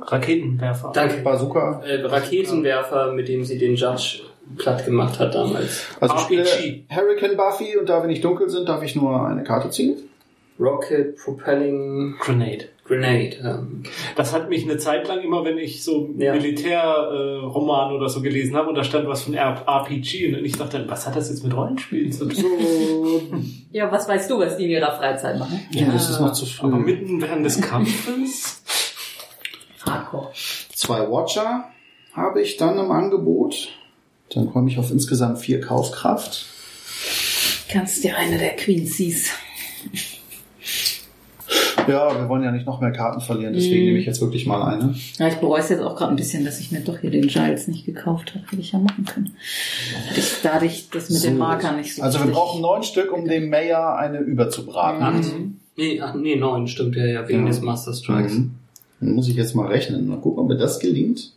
S5: Raketenwerfer.
S4: Danke.
S2: Bazooka.
S4: Äh, Raketenwerfer, mit dem sie den Judge platt gemacht hat damals.
S2: Also ich
S5: RPG.
S2: spiele Hurricane Buffy und da wir nicht dunkel sind, darf ich nur eine Karte ziehen.
S4: Rocket Propelling
S5: Grenade.
S4: Grenade. Ähm,
S5: Das hat mich eine Zeit lang immer, wenn ich so
S4: Ja.
S5: Militärromane äh, Roman oder so gelesen habe und da stand was von R- RPG und ich dachte, was hat das jetzt mit Rollenspielen zu tun?
S3: Ja, was weißt du, was die in ihrer Freizeit machen?
S2: Ja, das ist noch zu
S5: Aber
S2: früh.
S5: mitten während des Kampfes?
S3: Hardcore.
S2: Zwei Watcher habe ich dann im Angebot. Dann komme ich auf insgesamt vier Kaufkraft.
S3: Kannst dir eine der Queensies.
S2: Ja, wir wollen ja nicht noch mehr Karten verlieren,
S3: Mhm.
S2: deswegen nehme ich jetzt wirklich mal eine.
S3: Ja, ich bereue es jetzt auch gerade ein bisschen, dass ich mir doch hier den Giles nicht gekauft habe. Hätte ich ja machen können. Hätte ich dadurch das mit den Markern nicht so
S2: Also wir
S3: richtig-
S2: brauchen neun Stück, um dem Mayor eine überzubraten.
S4: acht.
S3: Mhm.
S4: Nee, ach, nee, neun, stimmt ja, ja, wegen
S2: Ja.
S4: des Master Strikes.
S2: Mhm. Dann muss ich jetzt mal rechnen. Mal gucken, ob mir das gelingt.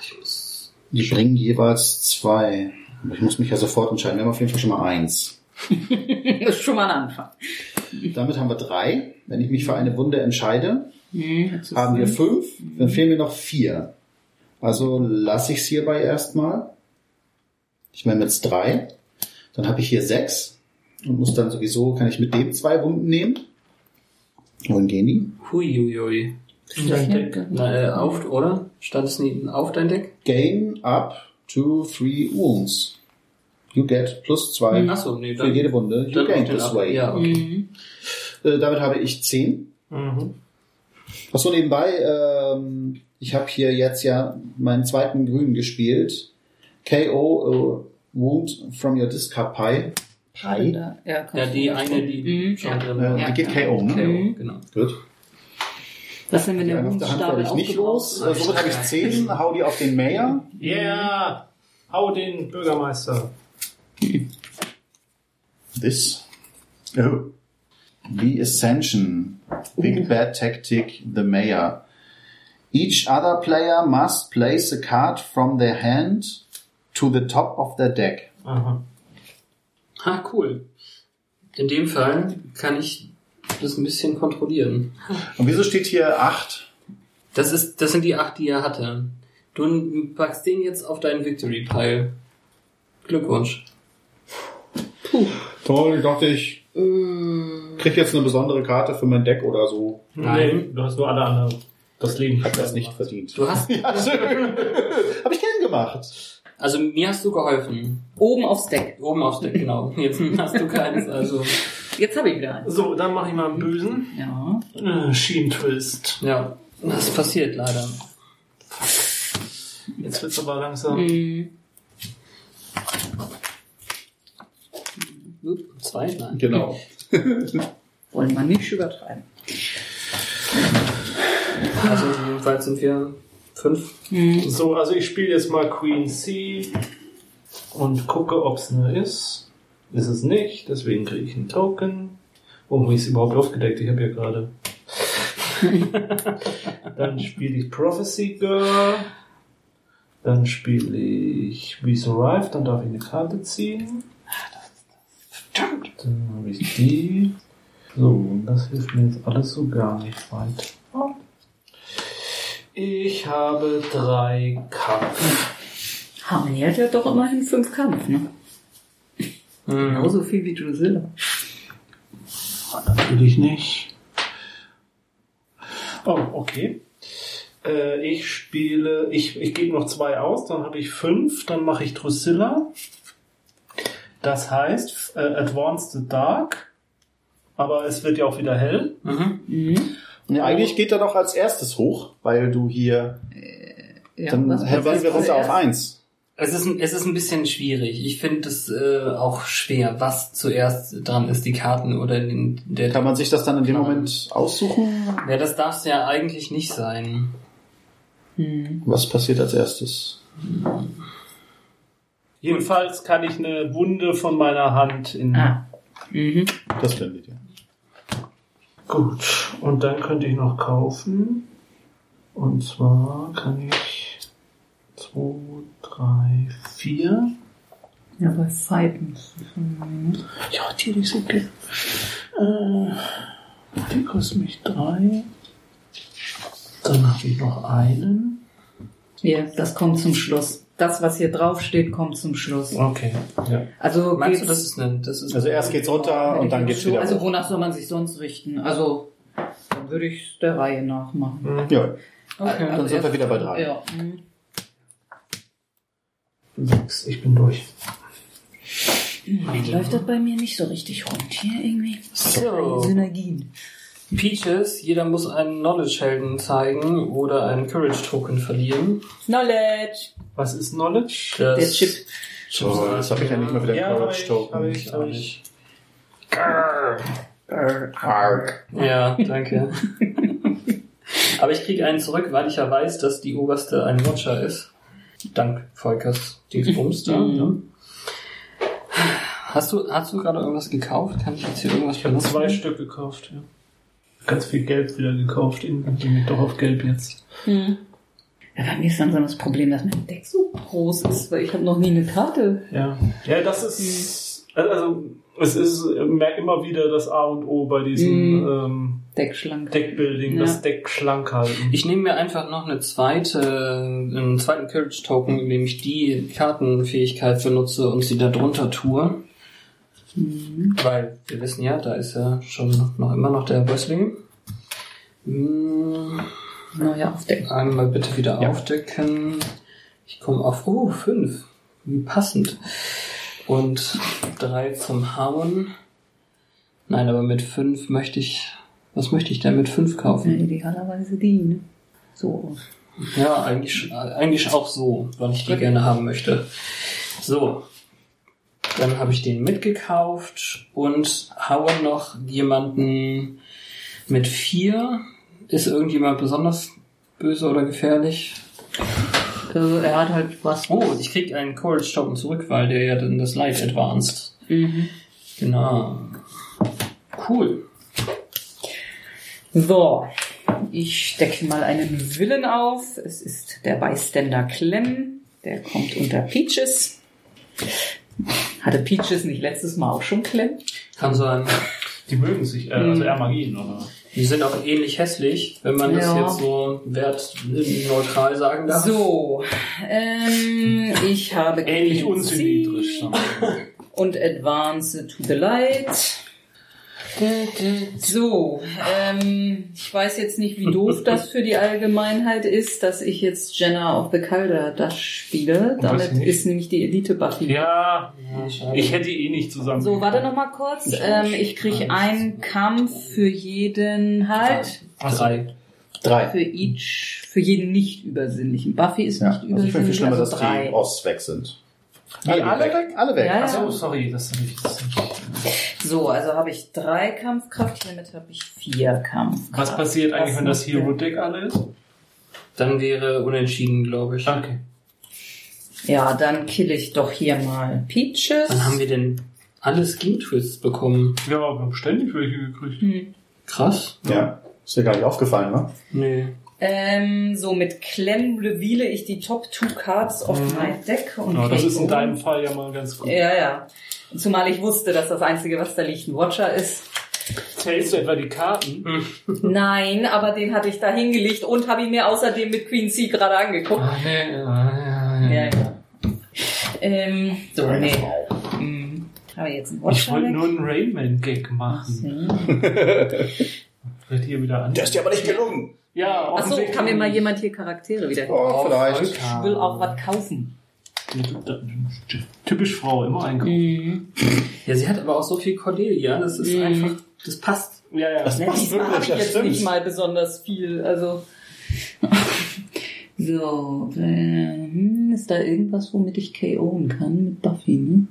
S4: Ich muss.
S2: Die bringen jeweils zwei. Aber Ich muss mich ja sofort entscheiden. Wir haben auf jeden Fall schon mal eins.
S3: Das ist schon mal ein Anfang.
S2: Damit haben wir drei. Wenn ich mich für eine Wunde entscheide,
S3: Mhm.
S2: haben wir fünf. Dann fehlen mir noch vier. Also lasse ich es hierbei erstmal. Ich meine jetzt drei. Dann habe ich hier sechs. Und muss dann sowieso, kann ich mit dem zwei Wunden nehmen. Wohin gehen die?
S4: Huiuiui. Dein Deck. Na, äh, auf, oder? Stand es nie auf dein Deck?
S2: Gain up to three wounds. You get plus zwei
S4: Achso, nee,
S2: Hm. für jede Wunde. You
S4: Hm, dann auf
S2: gain
S4: den
S2: this
S4: ab.
S2: way.
S4: Ja, okay.
S3: Mhm.
S2: Äh, damit habe ich 10. Was so nebenbei, ähm, ich habe hier jetzt ja meinen zweiten Grünen gespielt. KO äh, Wound from your discard pie. Pie?
S3: Ja, komm.
S4: Ja, die eine, die
S3: Mhm,
S4: schon
S3: ja. Mhm.
S4: drin
S2: Äh,
S4: war.
S2: die geht KO,
S4: KO,
S2: ne?
S4: genau.
S2: Gut.
S3: Das sind wir
S2: Die
S3: den
S2: eine auf der Hand werde
S3: Wundenstapel
S2: ich nicht los. Äh, somit habe ich 10. Hau die auf den Mayor.
S5: Yeah! Hau den Bürgermeister.
S2: This. Oh. The Ascension.
S3: Oh.
S2: Big Bad Tactic, The Mayor. Each other player must place a card from their hand to the top of their deck.
S5: Aha.
S4: Ah, cool. In dem Fall kann ich das ein bisschen kontrollieren.
S2: Und wieso steht hier 8?
S4: Das ist, das sind die acht, die er hatte. Du packst den jetzt auf deinen Victory Pile. Glückwunsch.
S2: Toll, ich dachte, ich krieg jetzt eine besondere Karte für mein Deck oder so.
S4: Nein.
S5: Nee, du hast nur alle anderen das Leben
S2: Hab das
S5: schwer
S2: nicht
S5: gemacht.
S2: verdient.
S4: Du hast,
S2: Ja, schön. Hab ich gern gemacht.
S4: also mir hast du geholfen.
S3: Oben aufs Deck.
S4: Oben aufs Deck, genau. Jetzt hast du keins, also.
S3: Jetzt habe ich wieder eins.
S5: So, dann mache ich mal einen bösen
S3: Ja.
S5: äh, Schienentwist.
S4: Ja, das passiert leider.
S5: Jetzt wird's aber langsam.
S3: Mhm.
S4: Upp, Zwei? Nein.
S2: Genau.
S3: Wollen wir nicht übertreiben.
S4: Also jedenfalls sind wir fünf.
S5: So, also ich spiele jetzt mal Queen C und gucke, ob es eine ist. Ist es nicht, deswegen kriege ich einen Token. Oh, Warum habe ich es überhaupt aufgedeckt? Ich habe ja gerade. Dann spiele ich Prophecy Girl. Dann spiele ich Beast Arrive, dann darf ich eine Karte ziehen. Verdammt! Dann habe ich die. So, und das hilft mir jetzt alles so gar nicht weiter. Ich habe drei Kampf.
S3: Harmonie hat ja doch immerhin fünf Kampf, ne?
S4: Mhm.
S6: Genauso viel wie Drusilla.
S5: Natürlich nicht. Oh, okay. Äh, ich spiele, ich, ich gebe noch zwei aus, dann habe ich fünf, dann mache ich Drusilla. Das heißt, äh, Advanced the Dark. Aber es wird ja auch wieder hell.
S4: Mhm.
S2: Ja, eigentlich geht er doch als erstes hoch, weil du hier.
S6: Ja,
S2: dann
S6: was-
S2: hätten
S4: was-
S2: wir
S4: was-
S2: runter auf eins.
S4: Es ist, ein- es ist ein bisschen schwierig. Ich finde es äh, auch schwer, was zuerst dran ist, die Karten oder den, der.
S2: Kann man sich das dann in dem
S4: Klar.
S2: Moment aussuchen?
S4: ja, das darf es ja eigentlich nicht sein.
S3: Mhm.
S2: Was passiert als erstes?
S5: Jedenfalls kann ich eine Wunde von meiner Hand in.
S3: Ah. Mhm.
S2: Das blendet ihr.
S5: Gut, und dann könnte ich noch kaufen. Und zwar kann ich 2, 3, 4.
S6: ja, bei Fighten.
S5: Ja, die ist okay. Äh, die kostet mich 3. Dann habe ich noch einen.
S3: Ja, das kommt zum Schluss. Das, was hier draufsteht, kommt zum Schluss.
S5: Okay, ja.
S3: Also
S4: Meinst
S3: geht's-
S4: du, das ist eine. Das ist
S2: Also erst geht's runter und dann geht's wieder
S3: Also
S2: hoch.
S3: wonach soll man sich sonst richten? Also dann würde ich der Reihe nach machen.
S5: Mhm.
S3: Also
S2: Ja,
S4: Okay.
S2: dann sind wir wieder bei drei.
S3: Ja. mhm.
S5: 6, ich bin durch.
S6: Läuft das bei mir nicht so richtig rund hier irgendwie?
S4: so.
S6: Synergien.
S4: Peaches, jeder muss einen Knowledge-Helden zeigen oder einen Courage-Token verlieren.
S3: Knowledge.
S5: Was ist Knowledge?
S4: Das
S3: Der Chip.
S2: So, jetzt habe ich ja nicht mal wieder
S5: Ja, hab
S2: Courage
S5: ich,
S2: Token.
S5: hab ich, hab ich.
S2: Arg.
S4: Ja, danke. Aber ich krieg einen zurück, weil ich ja weiß, dass die oberste ein Watcher ist. Dank Volkers Dingsbums da.
S5: Mhm.
S4: Ne? Hast du, hast du gerade irgendwas gekauft? Kann ich jetzt hier irgendwas
S5: Ich habe
S4: benutzen?
S5: zwei Stück gekauft, ja. Ganz viel Gelb wieder gekauft. Irgendwie bin ich doch auf Gelb jetzt.
S3: Mhm. Ja, bei mir ist langsam das Problem, dass mein Deck so groß ist, weil ich habe noch nie eine Karte.
S5: Ja, ja das ist. Also, es ist mer- immer wieder das A und O bei diesem
S3: Mhm.
S5: ähm,
S3: Deckschlank.
S5: Deckbuilding,
S3: Ja.
S5: das Deck schlank halten.
S4: Ich nehme mir einfach noch eine zweite, einen zweiten Courage Token, indem ich die Kartenfähigkeit benutze und sie da drunter tue.
S3: Mhm.
S4: Weil wir wissen ja, da ist ja schon noch immer noch der Wrestling. Hm,
S3: Neuer auf Deck.
S4: Einmal bitte wieder
S2: Ja.
S4: aufdecken. Ich komme auf, oh, fünf. Wie passend. Und drei zum Hauen. Nein, aber mit fünf möchte ich, was möchte ich denn mit fünf
S3: Ja,
S4: kaufen?
S3: idealerweise die, ne? So.
S4: Ja, eigentlich, eigentlich auch so, weil ich die gerne haben möchte. So. Dann habe ich den mitgekauft und haue noch jemanden mit vier. Ist irgendjemand besonders böse oder gefährlich?
S3: Also er hat halt was.
S4: Oh, ich krieg einen Courage Token zurück, weil der ja dann das Light advanced.
S3: Mhm.
S4: Genau. Cool.
S3: So, ich decke mal einen Willen auf. Es ist der Bystander Clem. Der kommt unter Peaches. Hatte Peaches nicht letztes Mal auch schon Clem?
S4: Kann sein.
S5: Die mögen sich, äh, also er mag ihn, aber.
S4: Die sind auch ähnlich hässlich, wenn man das
S3: Ja.
S4: jetzt so wertneutral sagen darf.
S3: So, ähm, ich habe
S5: Ähnlich ne?
S3: Clean
S5: unsymmetrisch.
S3: Sea
S5: sagen wir mal.
S3: Und Advance to the Light. So, ähm, ich weiß jetzt nicht, wie doof das für die Allgemeinheit ist, dass ich jetzt Jenna of the Calder das spiele.
S5: Und weiß
S3: Damit
S5: ich nicht.
S3: ist nämlich die Elite Buffy.
S5: Ja,
S4: Ja, schade.
S5: ich hätte eh nicht zusammen.
S3: Mhm. So, warte noch mal kurz. Ähm, ich kriege einen Kampf für jeden halt.
S4: Drei.
S2: Drei.
S3: Für each, für jeden nicht übersinnlichen. Buffy ist
S2: Ja,
S3: nicht
S2: also ich finde viel
S3: übersinnlich,
S2: schlimmer,
S3: also
S2: dass
S3: drei.
S2: die Osts weg sind.
S5: Die alle weg?
S2: Alle weg.
S3: Ja, ja.
S5: Achso, sorry, das habe ich jetzt nicht.
S3: So, also habe ich drei Kampfkraft, hiermit habe ich vier Kampfkraft.
S5: Was passiert eigentlich, wenn das
S3: hier
S5: Hero-Deck alle ist?
S4: Dann wäre unentschieden, glaube ich.
S5: Okay.
S3: Ja, dann kill ich doch hier mal Peaches.
S4: Dann haben wir denn alle Skin Twists bekommen.
S5: Wir haben aber ständig welche gekriegt.
S3: Hm.
S4: Krass.
S2: Ja. Ist dir gar nicht aufgefallen, ne?
S4: Nee.
S3: Ähm, so mit Clem reveale ich die Top Two Cards of
S5: Mhm.
S3: my Deck und
S5: Ja, das
S3: take
S5: ist in
S3: over.
S5: deinem Fall ja mal ganz gut.
S3: Ja, ja. Zumal ich wusste, dass das einzige, was da liegt, ein Watcher ist.
S5: Zählst du etwa die Karten?
S3: Nein, aber den hatte ich da hingelegt und habe ihn mir außerdem mit Queen C gerade angeguckt.
S4: Ah, nee, ah,
S5: Mhm.
S4: ja, ja.
S3: Ja, ja. Ähm, so, nee. Hm. Aber jetzt ein
S5: Ich
S3: Watcher.
S5: wollte
S3: weg.
S5: nur einen Rayman-Gag machen. Wird hier wieder an.
S2: Der ist dir aber nicht gelungen.
S5: Ja,
S3: Achso,
S5: offensichtlich.
S3: kann mir mal jemand hier Charaktere wieder.
S2: Oh, vielleicht.
S3: Ich will auch was kaufen.
S5: Typisch Frau, immer einkaufen.
S4: Ja, sie hat aber auch so viel Cordelia, das ist
S3: Mhm.
S4: einfach, das passt.
S5: Ja, ja.
S2: Das passt
S3: Diesmal habe
S2: wirklich,
S3: ich
S2: das
S3: jetzt nicht
S2: stimmt.
S3: mal besonders viel. Also.
S6: So, ähm, ist da irgendwas, womit ich KO'en kann mit Buffy, ne?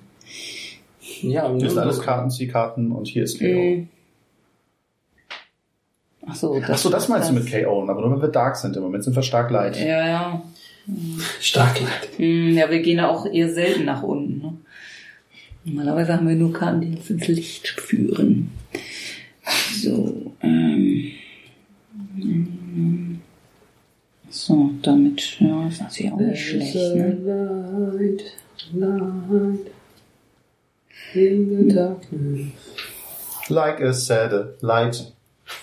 S4: Ja, ne? und
S2: Hier ist alles Karten, Ziehkarten und hier ist
S3: Mhm.
S2: KO.
S6: Äh. Ach so, das,
S2: Ach so, das meinst du mit KO, aber nur wenn wir dark sind. Im Moment sind wir stark light.
S3: Ja, ja.
S4: stark leid.
S3: Hm, ja, wir gehen ja auch eher selten nach unten. Ne?
S6: Normalerweise haben wir nur Karten, die uns ins Licht führen. So, ähm. So, damit, ja, ist natürlich auch nicht schlecht, ne?
S4: Light, light in the darkness.
S2: Like a sad light.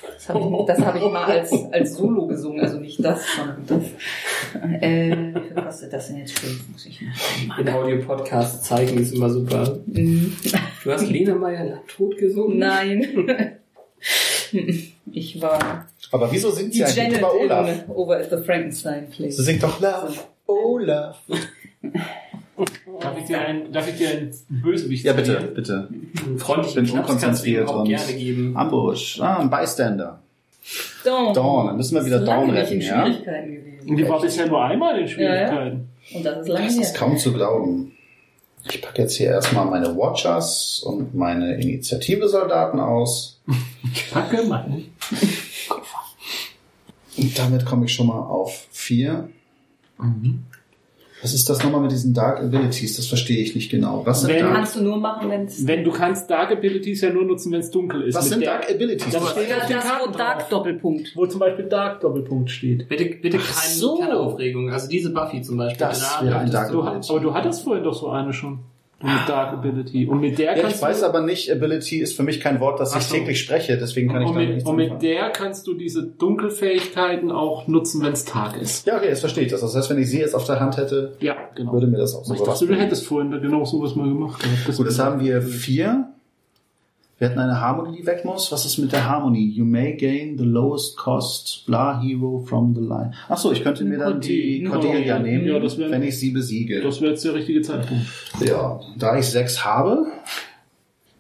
S3: Das habe ich, das hab ich mal als, als Solo gesungen, also nicht das, sondern das. Äh, wie viel kostet das denn jetzt schon? Muss ich mal-
S4: In Audio-Podcasts zeigen ist immer super.
S6: Hm,
S4: Du hast Lena Meyer tot
S6: oh
S4: gesungen?
S3: Nein. Ich war
S2: Aber wieso singt
S3: die
S2: sie eigentlich
S3: Janet
S2: über Olaf?
S3: in Over the Frankenstein Play.
S2: Sie singt doch Love, Olaf.
S5: Darf ich dir einen, darf ich dir einen Bösewicht
S2: Ja, bitte,
S5: servieren?
S2: bitte.
S4: Einen
S2: Ich
S4: freundlichen
S2: bin
S4: Schnaps kannst du ihm
S2: unkonzentriert
S4: auch
S2: und...
S4: gerne geben.
S2: Ambush. Ah, ein Bystander.
S3: Dawn.
S2: Dawn, dann müssen wir wieder Dawn
S3: Lange nicht
S2: retten,
S3: in
S2: ja?
S3: Schwierigkeiten gewesen.
S5: Und Die war bisher nur einmal in Schwierigkeiten.
S3: Und das ist lange
S2: Mhm. Das ist
S3: her.
S2: kaum zu glauben. Ich packe jetzt hier erstmal meine Watchers und meine Initiative-Soldaten aus.
S5: Packe mal.
S2: Und damit komme ich schon mal auf vier.
S5: Mhm.
S2: Was ist das nochmal mit diesen Dark Abilities? Das verstehe ich nicht genau. Was sind
S5: Wenn-
S2: Dark,
S3: Kannst du nur machen, wenn
S2: Mhm.
S3: es.
S5: Wenn du kannst Dark Abilities ja nur nutzen, wenn es dunkel ist.
S2: was
S5: Mit
S2: sind
S5: der-
S2: Dark Abilities?
S5: Das steht auf den Karten drauf,
S3: Doppelpunkt.
S5: wo zum Beispiel Dark Doppelpunkt steht.
S4: Bitte, bitte keine,
S2: Ach so.
S4: keine Aufregung. Also diese Buffy zum Beispiel.
S2: Das
S4: da
S2: wäre ein
S4: hattest
S2: Dark
S4: du-
S5: Du, aber du hattest vorhin doch so eine schon. Mit Dark Ability. Und mit der
S2: Ja,
S5: kannst
S2: ich weiß
S5: du,
S2: aber nicht, Ability ist für mich kein Wort, das
S4: Ach
S2: ich
S4: so.
S2: täglich spreche, deswegen kann ich
S5: und,
S2: damit
S5: mit,
S2: nichts
S5: und mit
S2: anfangen.
S5: der kannst du diese Dunkelfähigkeiten auch nutzen, wenn es Tag ist.
S2: Ja, okay, jetzt verstehe ich das. Das heißt, wenn ich sie jetzt auf der Hand hätte,
S5: Ja, genau.
S2: würde mir das auch so
S5: ich dachte, du hättest vorhin da genau sowas mal gemacht. Das
S2: Gut, jetzt haben wir vier. Wir hatten eine Harmony, die weg muss. Was ist mit der Harmony? You may gain the lowest cost, blah hero from the line. Achso, ich könnte mir dann die
S5: Cordelia.
S2: Cordelia nehmen,
S5: Ja, das wär-
S2: wenn ich sie besiege.
S5: das wäre jetzt der richtige Zeitpunkt.
S2: Ja, da ich sechs habe,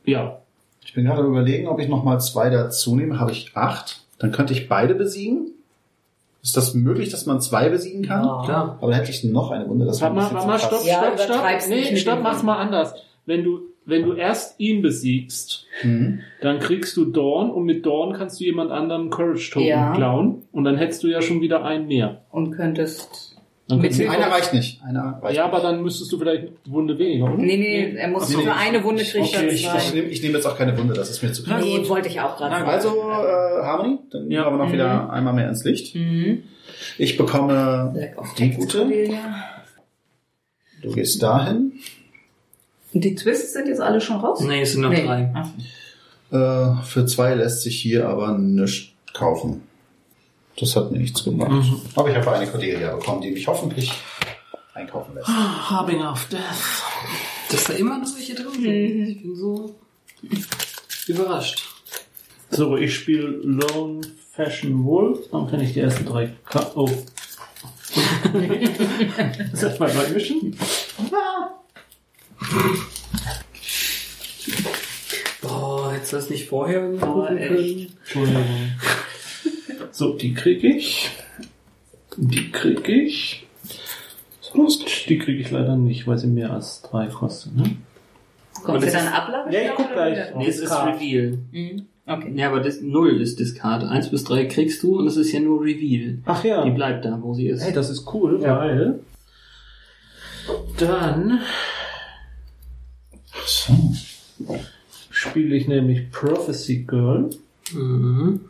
S5: Ja.
S2: ich bin gerade am überlegen, ob ich nochmal zwei dazu nehme. Habe ich acht? Dann könnte ich beide besiegen. Ist das möglich, dass man zwei besiegen kann?
S4: Klar.
S2: Aber dann hätte ich noch eine Runde. Das
S5: Warte
S2: war ein
S5: mal,
S2: bisschen
S5: warte
S2: zu
S5: mal,
S2: krass.
S5: stopp,
S3: Ja,
S5: stopp, stopp.
S3: übertreib's nicht
S5: Nee,
S3: mit
S5: stopp,
S3: dem
S5: mach's mal anders. Wenn du, wenn du erst ihn besiegst,
S2: Mhm.
S5: dann kriegst du Dawn und mit Dawn kannst du jemand anderem Courage Token
S3: Ja.
S5: klauen und dann hättest du ja schon wieder einen mehr.
S3: Und könntest.
S5: Dann
S3: Mit
S5: kannst du-
S2: Einer reicht nicht. Einer reicht
S5: ja, aber dann müsstest du vielleicht eine Wunde weniger, oder?
S3: Nee, nee, er muss
S2: Nee, nee.
S3: nur eine Wunde kriegen.
S5: Okay,
S2: nicht. Ich, ich nehme ich nehme jetzt auch keine Wunde, das ist mir zu krass.
S3: Nee, wollte ich auch gerade sagen.
S2: Also, äh, Harmony, dann
S5: Ja.
S2: ja. kommen wir noch wieder einmal mehr ins Licht.
S3: Mhm.
S2: Ich bekomme
S3: Black of
S2: die
S3: Text.
S2: gute. Du gehst dahin.
S3: Und die Twists sind jetzt alle schon raus?
S4: Nee, es sind noch drei.
S3: Ach,
S2: Äh, für zwei lässt sich hier aber nichts kaufen. Das hat mir nichts gemacht. Aber ich habe eine Cordelia bekommen, die mich hoffentlich einkaufen lässt.
S5: Harbing of Death.
S4: Dass da immer noch welche drin
S3: Mhm.
S4: sind. Ich bin so überrascht.
S5: So, ich spiele Lone Fashion Wolf. Dann kann ich die ersten drei. Ka oh. das hat mal neu mischen.
S4: Boah, hättest du das nicht vorher gucken
S5: echt.
S4: können?
S5: Entschuldigung. So, die kriege ich. Die kriege ich. So, Die kriege ich leider nicht, weil sie mehr als drei kostet. Ne?
S3: Kommt
S4: das
S3: sie dann
S4: ist-
S3: Ablage?
S5: Ja, ich guck gleich.
S4: Nee, es ist
S5: Card.
S4: Reveal.
S3: Mhm. Okay.
S4: Ja, aber das, 0 ist Discard. 1 bis 3 kriegst du und es ist ja nur Reveal.
S5: Ach ja.
S4: Die bleibt da, wo sie ist.
S5: Hey, das ist cool, weil dann spiele ich nämlich Prophecy Girl
S4: Mhm.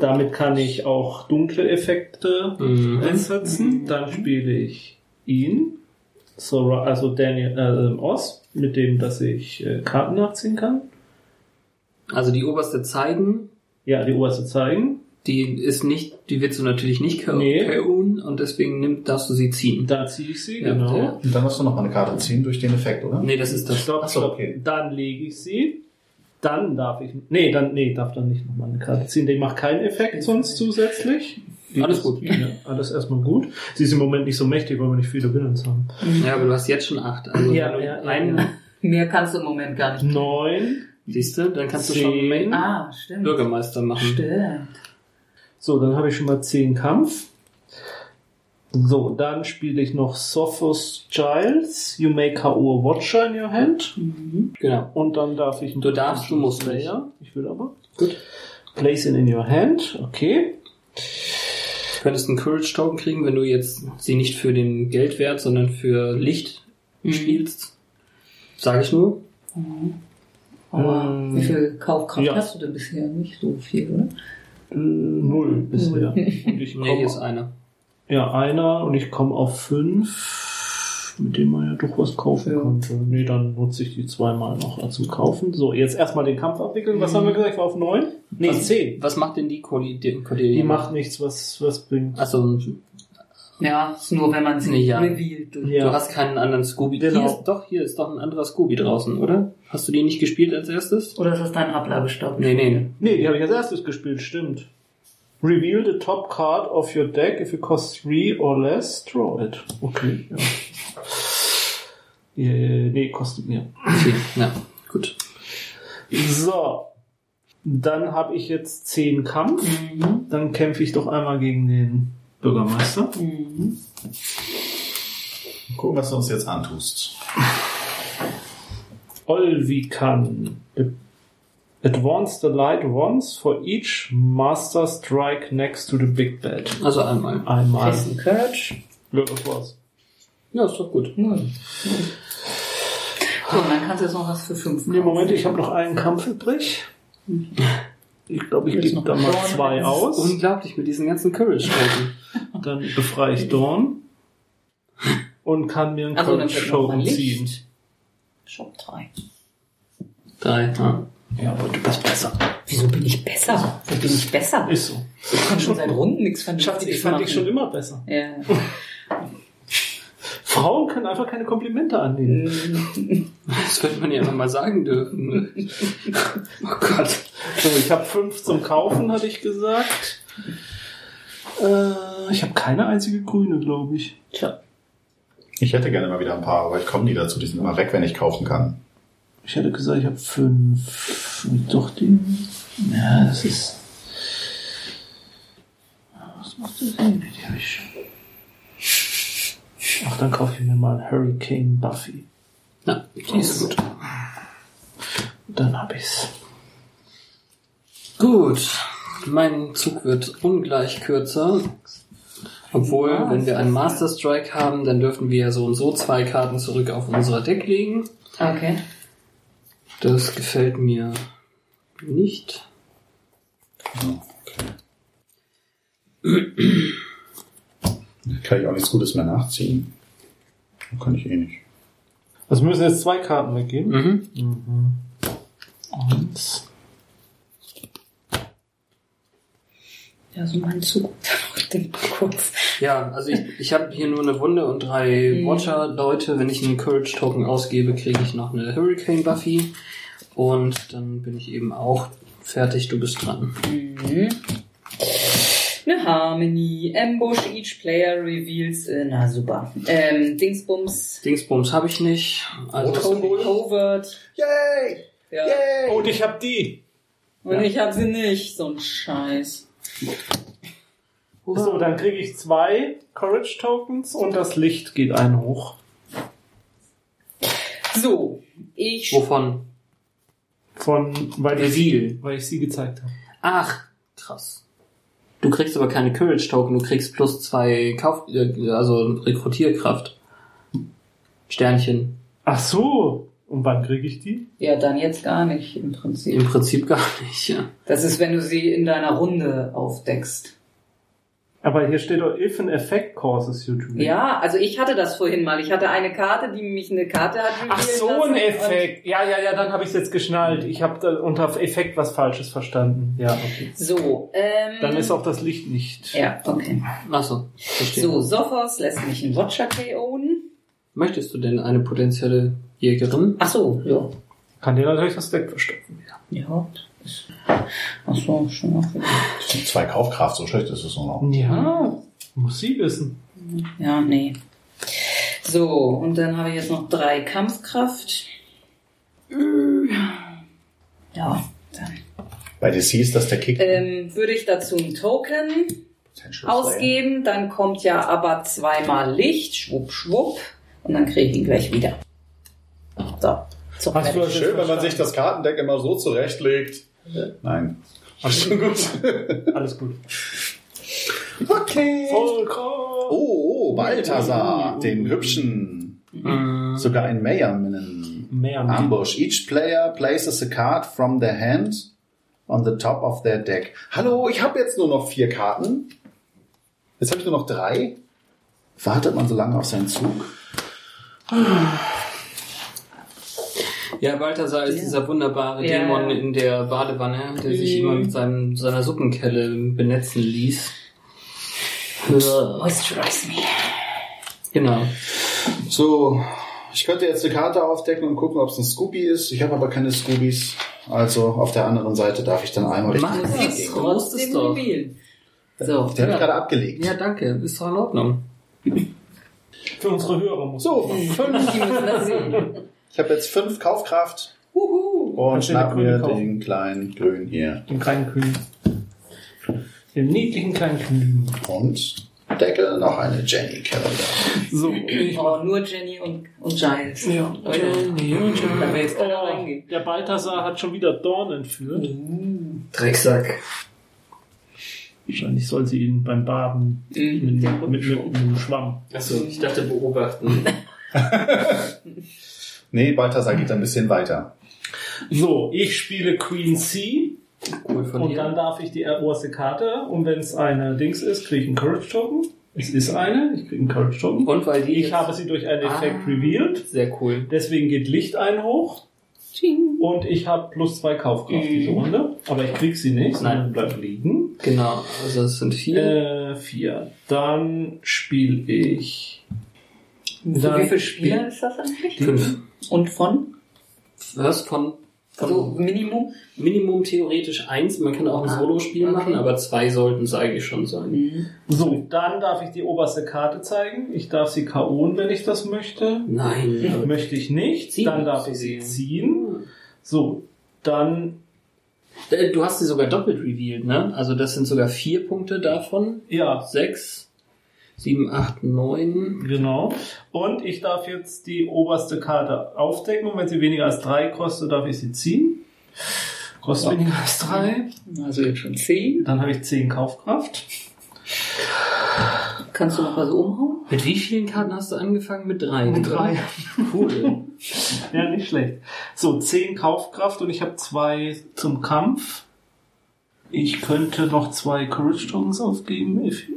S5: Damit kann ich auch dunkle Effekte
S4: Mhm.
S5: einsetzen. Dann spiele ich ihn, Sora, also Daniel äh, ähm, Oz, mit dem, dass ich äh, Karten nachziehen kann.
S4: Also die oberste zeigen,
S5: Ja, die oberste zeigen.
S4: die ist nicht, die wirst du natürlich nicht K.O.
S5: Nee.
S4: KO'en und deswegen nimm, darfst du sie ziehen.
S5: Da ziehe ich sie,
S4: Ja,
S5: genau.
S4: ja.
S2: Und dann musst du noch mal eine Karte ziehen durch den Effekt, oder?
S4: Nee, das ist das.
S5: Stopp,
S2: Ach so,
S5: stopp.
S2: okay.
S5: Dann lege ich sie. Dann darf ich. Nee, dann, nee, darf dann nicht nochmal eine Karte ziehen. Die macht keinen Effekt sonst zusätzlich. Die
S4: Alles
S5: ist-
S4: gut.
S5: Ja, alles erstmal gut. Sie ist im Moment nicht so mächtig, weil wir nicht viele Villains haben.
S4: Ja, aber du hast jetzt schon acht. Also
S5: Ja,
S4: wenn du
S5: ja, ja,
S4: einen
S5: ja.
S3: Mehr kannst du im Moment gar nicht.
S5: Neun.
S4: siehst du, dann kannst du
S5: Zehn.
S4: schon Main
S3: Ah, stimmt.
S4: Bürgermeister machen.
S3: Stimmt.
S5: So, dann habe ich schon mal zehn Kampf. So, dann spiele ich noch Sophos Giles. You may K.O. a Watcher in your hand.
S3: Mhm.
S4: Genau.
S5: Und dann darf ich...
S4: Du darfst, du musst nicht.
S5: Ja, ich will aber. Gut. Place it in your hand. Okay.
S4: Du könntest einen Courage Token kriegen, wenn du jetzt sie nicht für den Geldwert, sondern für Licht
S5: Mhm.
S4: spielst. Sage ich nur.
S6: Mhm. Aber
S5: Ähm,
S6: wie viel Kaufkraft
S5: ja.
S6: hast du denn bisher? Nicht so viel, oder?
S5: Äh, null bisher. Und ich
S4: Nee,
S5: komme
S4: hier ist einer.
S5: ja einer und ich komme auf fünf, mit dem man ja doch was kaufen
S6: Ja.
S5: konnte. Nee, dann nutze ich die zweimal noch äh, zum Kaufen. So, jetzt erstmal den Kampf abwickeln. Was haben wir gesagt? Ich war auf neun? Nee,
S4: Was-
S5: zehn.
S4: Was macht denn die Cordelia?
S5: Die macht nichts, was, was bringt.
S4: Achso,
S3: Ja, ist nur wenn man sie
S4: Nee, ja.
S3: revealed durch.
S5: Ja.
S4: du hast keinen anderen Scooby.
S5: Genau.
S4: Hier ist, doch, hier ist doch ein anderer Scooby draußen, oder? Hast du den nicht gespielt als erstes?
S3: Oder ist das dein Ablagestopp?
S4: Nee, nee.
S5: Nee, die habe ich als erstes gespielt, stimmt. Reveal the top card of your deck if it costs three or less, draw it. Okay, ja. Äh, Nee, kostet mir.
S4: Okay, na, gut.
S5: So. Dann habe ich jetzt 10 Kampf. Dann kämpfe ich doch einmal gegen den Bürgermeister.
S3: Mhm.
S2: Gucken, was du uns jetzt antust.
S5: Olvikan. Advance the light once for each Master Strike next to the Big Bad.
S4: Also einmal.
S5: Einmal.
S3: Jason Courage.
S5: Glück auf was.
S4: Ja, ist doch gut.
S3: So, und dann kannst du jetzt noch was für fünf
S5: Nee,
S3: kaufen.
S5: Moment, ich habe noch einen Kampf übrig. Ich glaube, ich gebe da mal zwei aus.
S4: Unglaublich mit diesen ganzen Courage-Token.
S5: Dann befreie ich Dorn. Und kann mir einen
S3: Also, dann wird noch mal
S5: Courage-Token
S3: Licht.
S5: ziehen.
S6: Shop 3.
S4: Drei, ja.
S5: Ja, aber du bist besser.
S6: Wieso bin ich besser?
S3: Vielleicht bin ich besser.
S5: Ist so.
S6: Ich kann schon seit Runden nichts vernünftiges
S5: Schatz, ich fand
S6: machen.
S5: dich schon immer besser.
S3: Ja.
S5: Frauen können einfach keine Komplimente annehmen.
S4: Das könnte man ja einfach mal sagen dürfen. ne? Oh Gott.
S5: So, ich habe fünf zum Kaufen, hatte ich gesagt. Äh, ich habe keine einzige grüne, glaube ich.
S6: Tja,
S2: Ich hätte gerne mal wieder ein paar, aber ich komme nie dazu. Die sind immer weg, wenn ich kaufen kann.
S5: Ich hätte gesagt, ich habe fünf. Und doch die. Ja, das ist. Was macht das denn? Die habe ich. Ach, dann kaufe ich mir mal einen Hurricane Buffy.
S4: Ja, die ist gut.
S5: Dann habe ich's.
S4: Gut. Mein Zug wird ungleich kürzer. Obwohl, wenn wir einen Master Strike haben, dann dürfen wir so und so zwei Karten zurück auf unser Deck legen.
S3: Okay.
S4: Das gefällt mir nicht.
S2: Kann ich auch nichts Gutes mehr nachziehen. Kann ich eh nicht.
S5: Also müssen jetzt zwei Karten weggeben.
S4: Mhm.
S5: Eins.
S6: ja, so mein Zug. Ich denke mal kurz.
S4: Ja, also ich, ich habe hier nur eine Wunde und drei Watcher-Leute. Wenn ich einen Courage-Token ausgebe, kriege ich noch eine Hurricane-Buffy. Und dann bin ich eben auch fertig. Du bist dran.
S3: Mhm. Eine Harmony. Ambush each player reveals. Äh, na super. Ähm, Dingsbums.
S4: Dingsbums habe ich nicht. Also was hab ich?
S3: Covert.
S2: Yay!
S3: Ja.
S2: Yay!
S5: Oh, Und ich habe die.
S3: Und ich hab sie nicht. So ein Scheiß.
S5: So, dann kriege ich zwei Courage Tokens und das Licht geht einen hoch.
S3: So. Ich.
S4: Wovon?
S5: Von, weil ich, sie, weil ich sie gezeigt habe.
S4: Ach, krass. Du kriegst aber keine Courage-Token, du kriegst plus zwei Kauf, äh, also Rekrutierkraft. Sternchen.
S5: Ach so. Und wann kriege ich die?
S3: Ja, dann jetzt gar nicht im
S4: Im
S3: Prinzip.
S4: Prinzip gar nicht, ja.
S3: Das ist, wenn du sie in deiner Runde aufdeckst.
S5: Aber hier steht doch, if an effect causes you
S2: Mhm.
S5: to
S3: Ja, also ich hatte das vorhin mal. Ich hatte eine Karte, die mich eine Karte hat.
S5: Ach,
S3: revealen
S5: so ein
S3: lassen
S5: Effekt. Ja, ja, ja, dann habe ich es jetzt geschnallt. Ich habe da unter Effekt was Falsches verstanden. Ja, okay.
S3: und- So, ähm,
S5: Dann ist auch das Licht nicht.
S3: Ja, okay.
S4: Achso, verstehe.
S3: So, Sophos lässt mich in Watcher KO'en.
S4: Möchtest du denn eine potenzielle Jägerin?
S3: Ach so, ja.
S5: Kann dir natürlich das Deck verstopfen.
S3: Ja. ist- Ach so, schon okay.
S2: Zwei Kaufkraft, so schlecht ist es nur noch.
S3: Hm? Ah,
S5: Ja, muss sie wissen.
S3: Ja, nee. So, und dann habe ich jetzt noch drei Kampfkraft. Ja, dann.
S2: Bei DC ist das der Kick.
S3: Ähm, würde ich dazu einen Token ausgeben, dann kommt ja aber zweimal Licht, schwupp, schwupp, und dann kriege ich ihn gleich wieder. So. So,
S5: Hast du-
S2: Schön, wenn man sich das Kartendeck immer so zurechtlegt. Nein. Alles schon gut.
S5: Alles gut.
S2: Okay.
S5: Vollkommen.
S2: Oh, oh, Balthasar, den hübschen.
S4: Mhm.
S2: Sogar ein Mayerminnen.
S5: Mehr
S2: Ambush. Each player places a card from their hand on the top of their deck. Hallo, ich habe jetzt nur noch vier Karten. Jetzt habe ich nur noch drei. Wartet man so lange auf seinen Zug?
S4: Ja, Balthasar ist dieser wunderbare
S3: Ja,
S4: Dämon
S3: ja. Mhm.
S4: in der Badewanne, der sich immer mit seinem, seiner Suppenkelle benetzen ließ. Oh,
S3: Moisturize me.
S4: Genau.
S2: So, ich könnte jetzt eine Karte aufdecken und gucken, ob es ein Scooby ist. Ich habe aber keine Scoobies. Also auf der anderen Seite darf ich dann einmal
S4: Mach
S2: richtig
S4: das.
S2: gehen.
S4: Groß
S3: Trotzdem
S4: ist doch.
S3: mobil. So.
S2: Der hat
S4: Ja.
S2: gerade abgelegt.
S4: Ja, danke. Ist doch in Ordnung.
S5: Für unsere Hörer muss
S2: So, fünf.
S3: Die müssen das sehen.
S2: Ich habe jetzt fünf Kaufkraft
S3: Huhu.
S2: und
S5: Kannst du den
S2: schnapp mir
S5: grünen kaufen?
S2: den kleinen Grün hier.
S5: Den kleinen Kühn. Den niedlichen kleinen Kühn.
S2: Und deckel noch eine Jenny Calendar.
S5: So.
S3: Ich brauche nur Jenny und, und Giles.
S5: Ja. Oh.
S3: Leute, da will jetzt keiner reingehen.
S5: der Balthasar hat schon wieder Dorn entführt.
S4: Drecksack.
S5: Wahrscheinlich soll sie ihn beim Baden mit, mit, mit, mit einem Schwamm.
S4: Achso, ich dachte beobachten.
S2: Nee, Balthasar geht ein bisschen weiter.
S5: So, ich spiele Queen C
S4: Cool von
S5: und
S4: dir.
S5: dann darf ich die erste Karte und wenn es eine Dings ist, kriege ich einen Courage Token. Es ist eine, ich kriege einen Courage Token.
S4: und weil die
S5: ich
S4: jetzt-
S5: habe sie durch einen Effekt
S4: Ah.
S5: revealed.
S4: sehr cool.
S5: Deswegen geht Licht ein hoch. Und ich habe plus zwei Kaufkraft diese Runde. Aber ich krieg sie nicht, sondern
S4: Nein.
S5: bleib liegen.
S4: Genau, also es sind vier.
S5: Äh, vier. Dann spiele ich. Dann
S3: Wie viele Spieler ist das eigentlich?
S4: Fünf.
S3: Und von?
S4: Was? Von, von
S3: Also Minimum?
S4: Minimum theoretisch eins. Man kann auch ein Solo-Spiel
S3: Ah, okay.
S4: machen, aber zwei sollten es eigentlich schon sein.
S3: Mhm.
S5: So, dann darf ich die oberste Karte zeigen. Ich darf sie K.O.en, wenn ich das möchte.
S4: Nein. aber-
S5: Möchte ich nicht,
S4: Ziehen
S5: dann darf ich
S4: darfst du
S5: sie
S4: sie.
S5: ziehen. So, dann,
S4: Äh, Du hast sie sogar doppelt revealed, ne? Also das sind sogar vier Punkte davon.
S5: ja,
S4: Sechs, sieben, acht, neun.
S5: genau. Und ich darf jetzt die oberste Karte aufdecken und wenn sie weniger als drei kostet, darf ich sie ziehen. Kostet weniger als drei.
S3: Also jetzt schon zehn.
S5: Dann habe ich zehn Kaufkraft.
S3: Kannst du noch was umhauen?
S4: Mit wie vielen Karten hast du angefangen? Mit drei.
S5: Mit
S4: oder?
S5: drei.
S4: Cool.
S5: Ja, nicht schlecht. So, 10 Kaufkraft und ich habe zwei zum Kampf. Ich könnte noch zwei Courage Tokens aufgeben. if-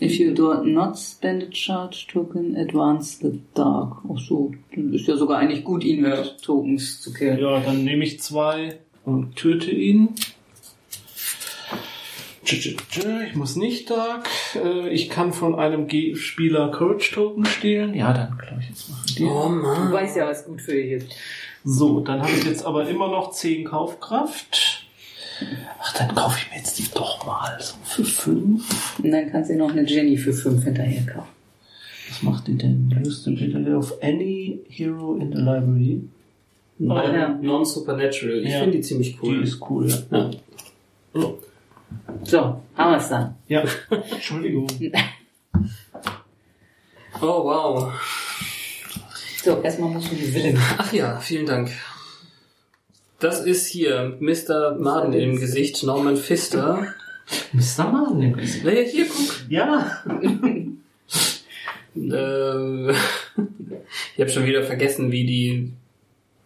S6: If you do not spend a charge token, advance the dark. Ach so, dann ist ja sogar eigentlich gut, ihn mit Tokens zu killen.
S5: Ja, dann nehme ich zwei und töte ihn. Tsch, tsch, tsch, Ich muss nicht dark. Äh, Ich kann von einem Ge- Spieler Courage Token stehlen. Ja, dann glaube ich jetzt mal von dir.
S4: Oh
S3: Du
S4: Mann.
S3: weißt ja, was gut für dich ist.
S5: So, dann habe ich jetzt aber immer noch 10 Kaufkraft. Ach, dann kaufe ich mir jetzt die doch mal so für 5.
S3: Und dann kannst du dir noch eine Jenny für fünf hinterher kaufen.
S5: Was macht die denn? Use the ability of any hero in the library.
S4: Nein,
S3: Ja.
S4: Non-Supernatural. Ich
S5: Ja.
S4: finde die ziemlich
S5: Die
S4: cool.
S5: ist cool. ja.
S4: Ja.
S3: So, haben wir es dann.
S5: Ja, Entschuldigung.
S4: Oh wow.
S3: So, erstmal musst du die Willen.
S4: Ach ja, vielen Dank. Das ist hier Mr. Maden im Gesicht, Norman Pfister.
S5: Mr. Mann im Gesicht.
S4: Naja, hier, guck.
S5: Ja.
S4: Äh, ich habe schon wieder vergessen, wie die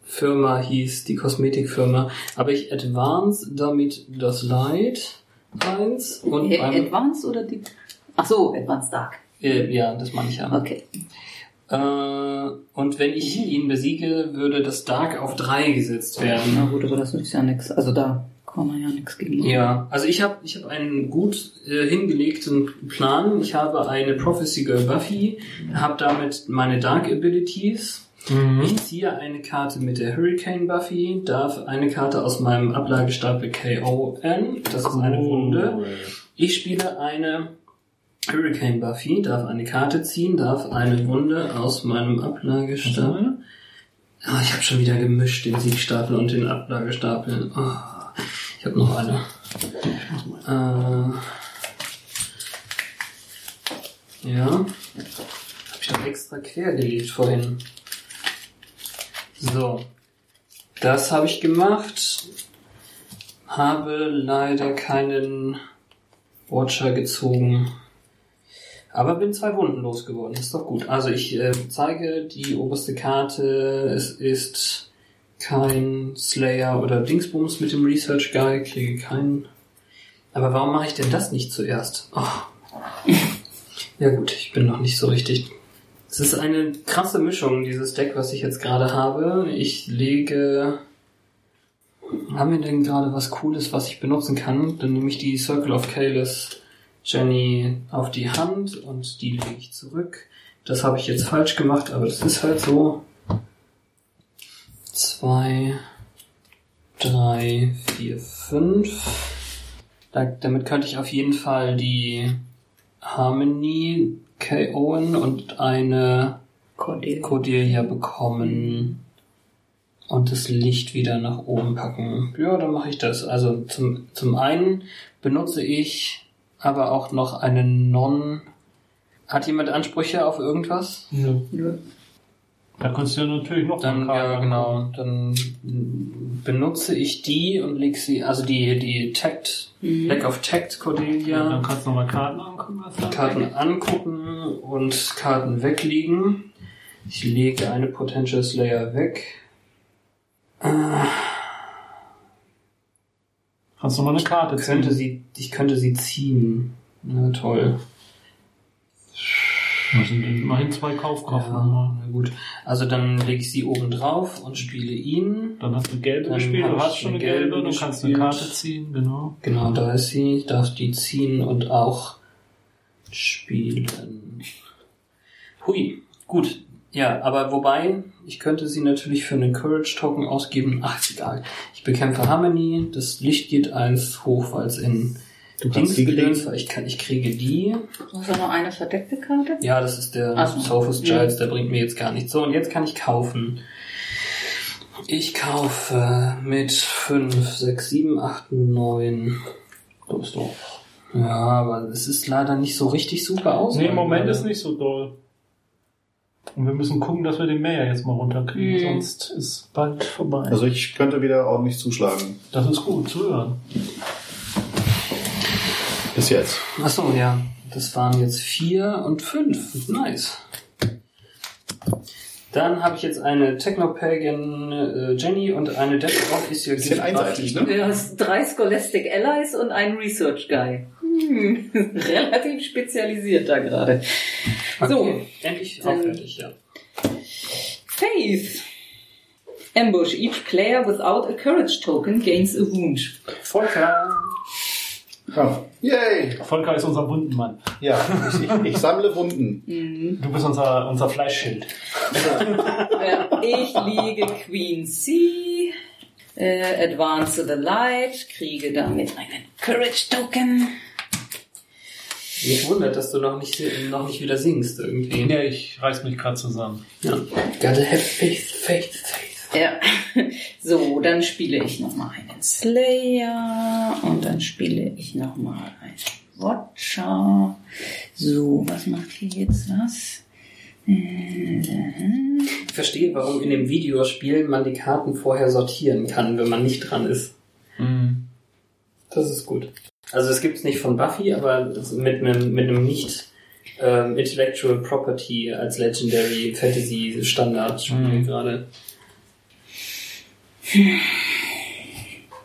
S4: Firma hieß, die Kosmetikfirma. Aber ich advance damit das Light eins und
S6: Äh,
S4: beim,
S6: Advanced oder die? Ach so, Advanced Dark.
S4: äh, ja, das meine ich ja.
S6: Okay. Mhm.
S4: Äh, und wenn ich ihn besiege, würde das Dark auf drei gesetzt werden.
S6: Na gut, aber das ist ja nichts. Also da kann man ja nichts gegen machen.
S4: Ja, also ich habe ich hab einen gut äh, hingelegten Plan. Ich habe eine Prophecy Girl Buffy, habe damit meine Dark Abilities. Ich ziehe eine Karte mit der Hurricane Buffy, darf eine Karte aus meinem Ablagestapel KON, das ist eine
S5: Oh.
S4: Wunde. Ich spiele eine Hurricane Buffy, darf eine Karte ziehen, darf eine Wunde aus meinem Ablagestapel. Ah, ich habe schon wieder gemischt den Siegstapel und den Ablagestapel. Ah, ich habe noch eine. Äh, ja. Habe ich doch extra quer gelegt vorhin. So. Das habe ich gemacht. Habe leider keinen Watcher gezogen. Aber bin zwei Wunden losgeworden. Ist doch gut. Also ich äh, zeige die oberste Karte. Es ist kein Slayer oder Dingsbums mit dem Research Guy. Kriege keinen. Aber warum mache ich denn das nicht zuerst? Oh. Ja gut, ich bin noch nicht so richtig. Es ist eine krasse Mischung, dieses Deck, was ich jetzt gerade habe. Ich lege. Haben wir denn gerade was Cooles, was ich benutzen kann? Dann nehme ich die Circle of Kalis Jenny auf die Hand und die lege ich zurück. Das habe ich jetzt falsch gemacht, aber das ist halt so. Zwei, drei, vier, fünf. Da, damit könnte ich auf jeden Fall die Harmony KO'en und eine
S6: Cordelia.
S4: Cordelia bekommen und das Licht wieder nach oben packen. Ja, dann mache ich das. Also zum, zum einen benutze ich aber auch noch eine Non. Hat jemand Ansprüche auf irgendwas?
S5: Nö.
S6: Nö.
S5: Da kannst du ja natürlich noch
S4: Dann,
S5: mal Karten
S4: ja, genau. Dann benutze ich die und leg sie, also die, die Tact,
S6: Mhm.
S4: Lack of Tact Cordelia.
S5: Dann kannst du nochmal Karten angucken. was da-
S4: Karten angucken und Karten weglegen. Ich lege eine Potential Slayer weg.
S5: Kannst du nochmal eine Karte
S4: Ich könnte sie, ich könnte sie ziehen. Na toll.
S5: Das sind immerhin zwei Kaufkoffer.
S4: Ja, na gut. Also dann lege ich sie oben drauf und spiele ihn.
S5: Dann hast du gelbe
S4: Dann
S5: gespielt,
S4: hab
S5: du
S4: ich
S5: hast schon eine
S4: eine
S5: gelbe,
S4: gelbe
S5: du kannst eine
S4: gespielt.
S5: Karte ziehen, genau.
S4: Genau, da ist sie. Ich darf die ziehen und auch spielen. Hui, gut. Ja, aber wobei, ich könnte sie natürlich für einen Courage-Token ausgeben. Ach, ist egal. Ich bekämpfe Harmony, das Licht geht eins hoch, weil es in
S2: Du kannst die
S4: Dings-
S2: gelegen.
S4: ich, kann, ich kriege die.
S6: Du hast ja noch eine verdeckte Karte.
S4: Ja, das ist der
S6: Ach so.
S4: Sophus Giles, der bringt mir jetzt gar nichts. So, und jetzt kann ich kaufen. Ich kaufe mit 5, 6, 7, 8, 9.
S5: Du bist doof.
S4: Ja, aber es ist leider nicht so richtig super aus.
S5: Nee, im Moment ist nicht so doll. Und wir müssen gucken, dass wir den Meer jetzt mal runterkriegen,
S6: Mhm.
S5: sonst ist bald vorbei.
S2: Also ich könnte wieder ordentlich zuschlagen.
S5: das ist gut zu hören.
S2: Bis jetzt.
S4: Achso, ja. Das waren jetzt 4 und 5. Nice. Dann habe ich jetzt eine Technopagan äh, Jenny und eine Dead Rock ist hier
S2: Bisschen einseitig, ne?
S6: Du hast drei Scholastic Allies und einen Research Guy. Hm. Relativ spezialisiert da gerade.
S4: So,
S6: So. Äh,
S4: endlich auch
S6: Dann-
S4: fertig, ja.
S6: Faith. Ambush. Each player without a courage token gains a wound.
S4: Volker!
S2: Ja. Yay!
S5: Volker ist unser Wundenmann.
S2: Ja, ich, ich, ich sammle Wunden.
S5: Du bist unser, unser Fleischschild.
S6: Äh, ich liege Queen C. Äh, advance to the Light. Kriege damit einen Courage Token.
S4: Mich wundert, dass du noch nicht, noch nicht wieder singst irgendwie.
S5: Ja, ich reiß mich gerade zusammen.
S4: Ja. Gotta have faith, faith, faith.
S6: Ja. So, dann spiele ich nochmal einen Slayer und dann spiele ich nochmal einen Watcher. So, was macht hier jetzt Äh, das?
S4: Ich verstehe, warum in dem Videospiel man die Karten vorher sortieren kann, wenn man nicht dran ist.
S5: Mhm.
S4: Das ist gut. Also es gibt's nicht von Buffy, aber es- mit einem, mit einem nicht ähm, Intellectual Property als Legendary Fantasy Standard Spiel
S5: Mhm.
S4: gerade.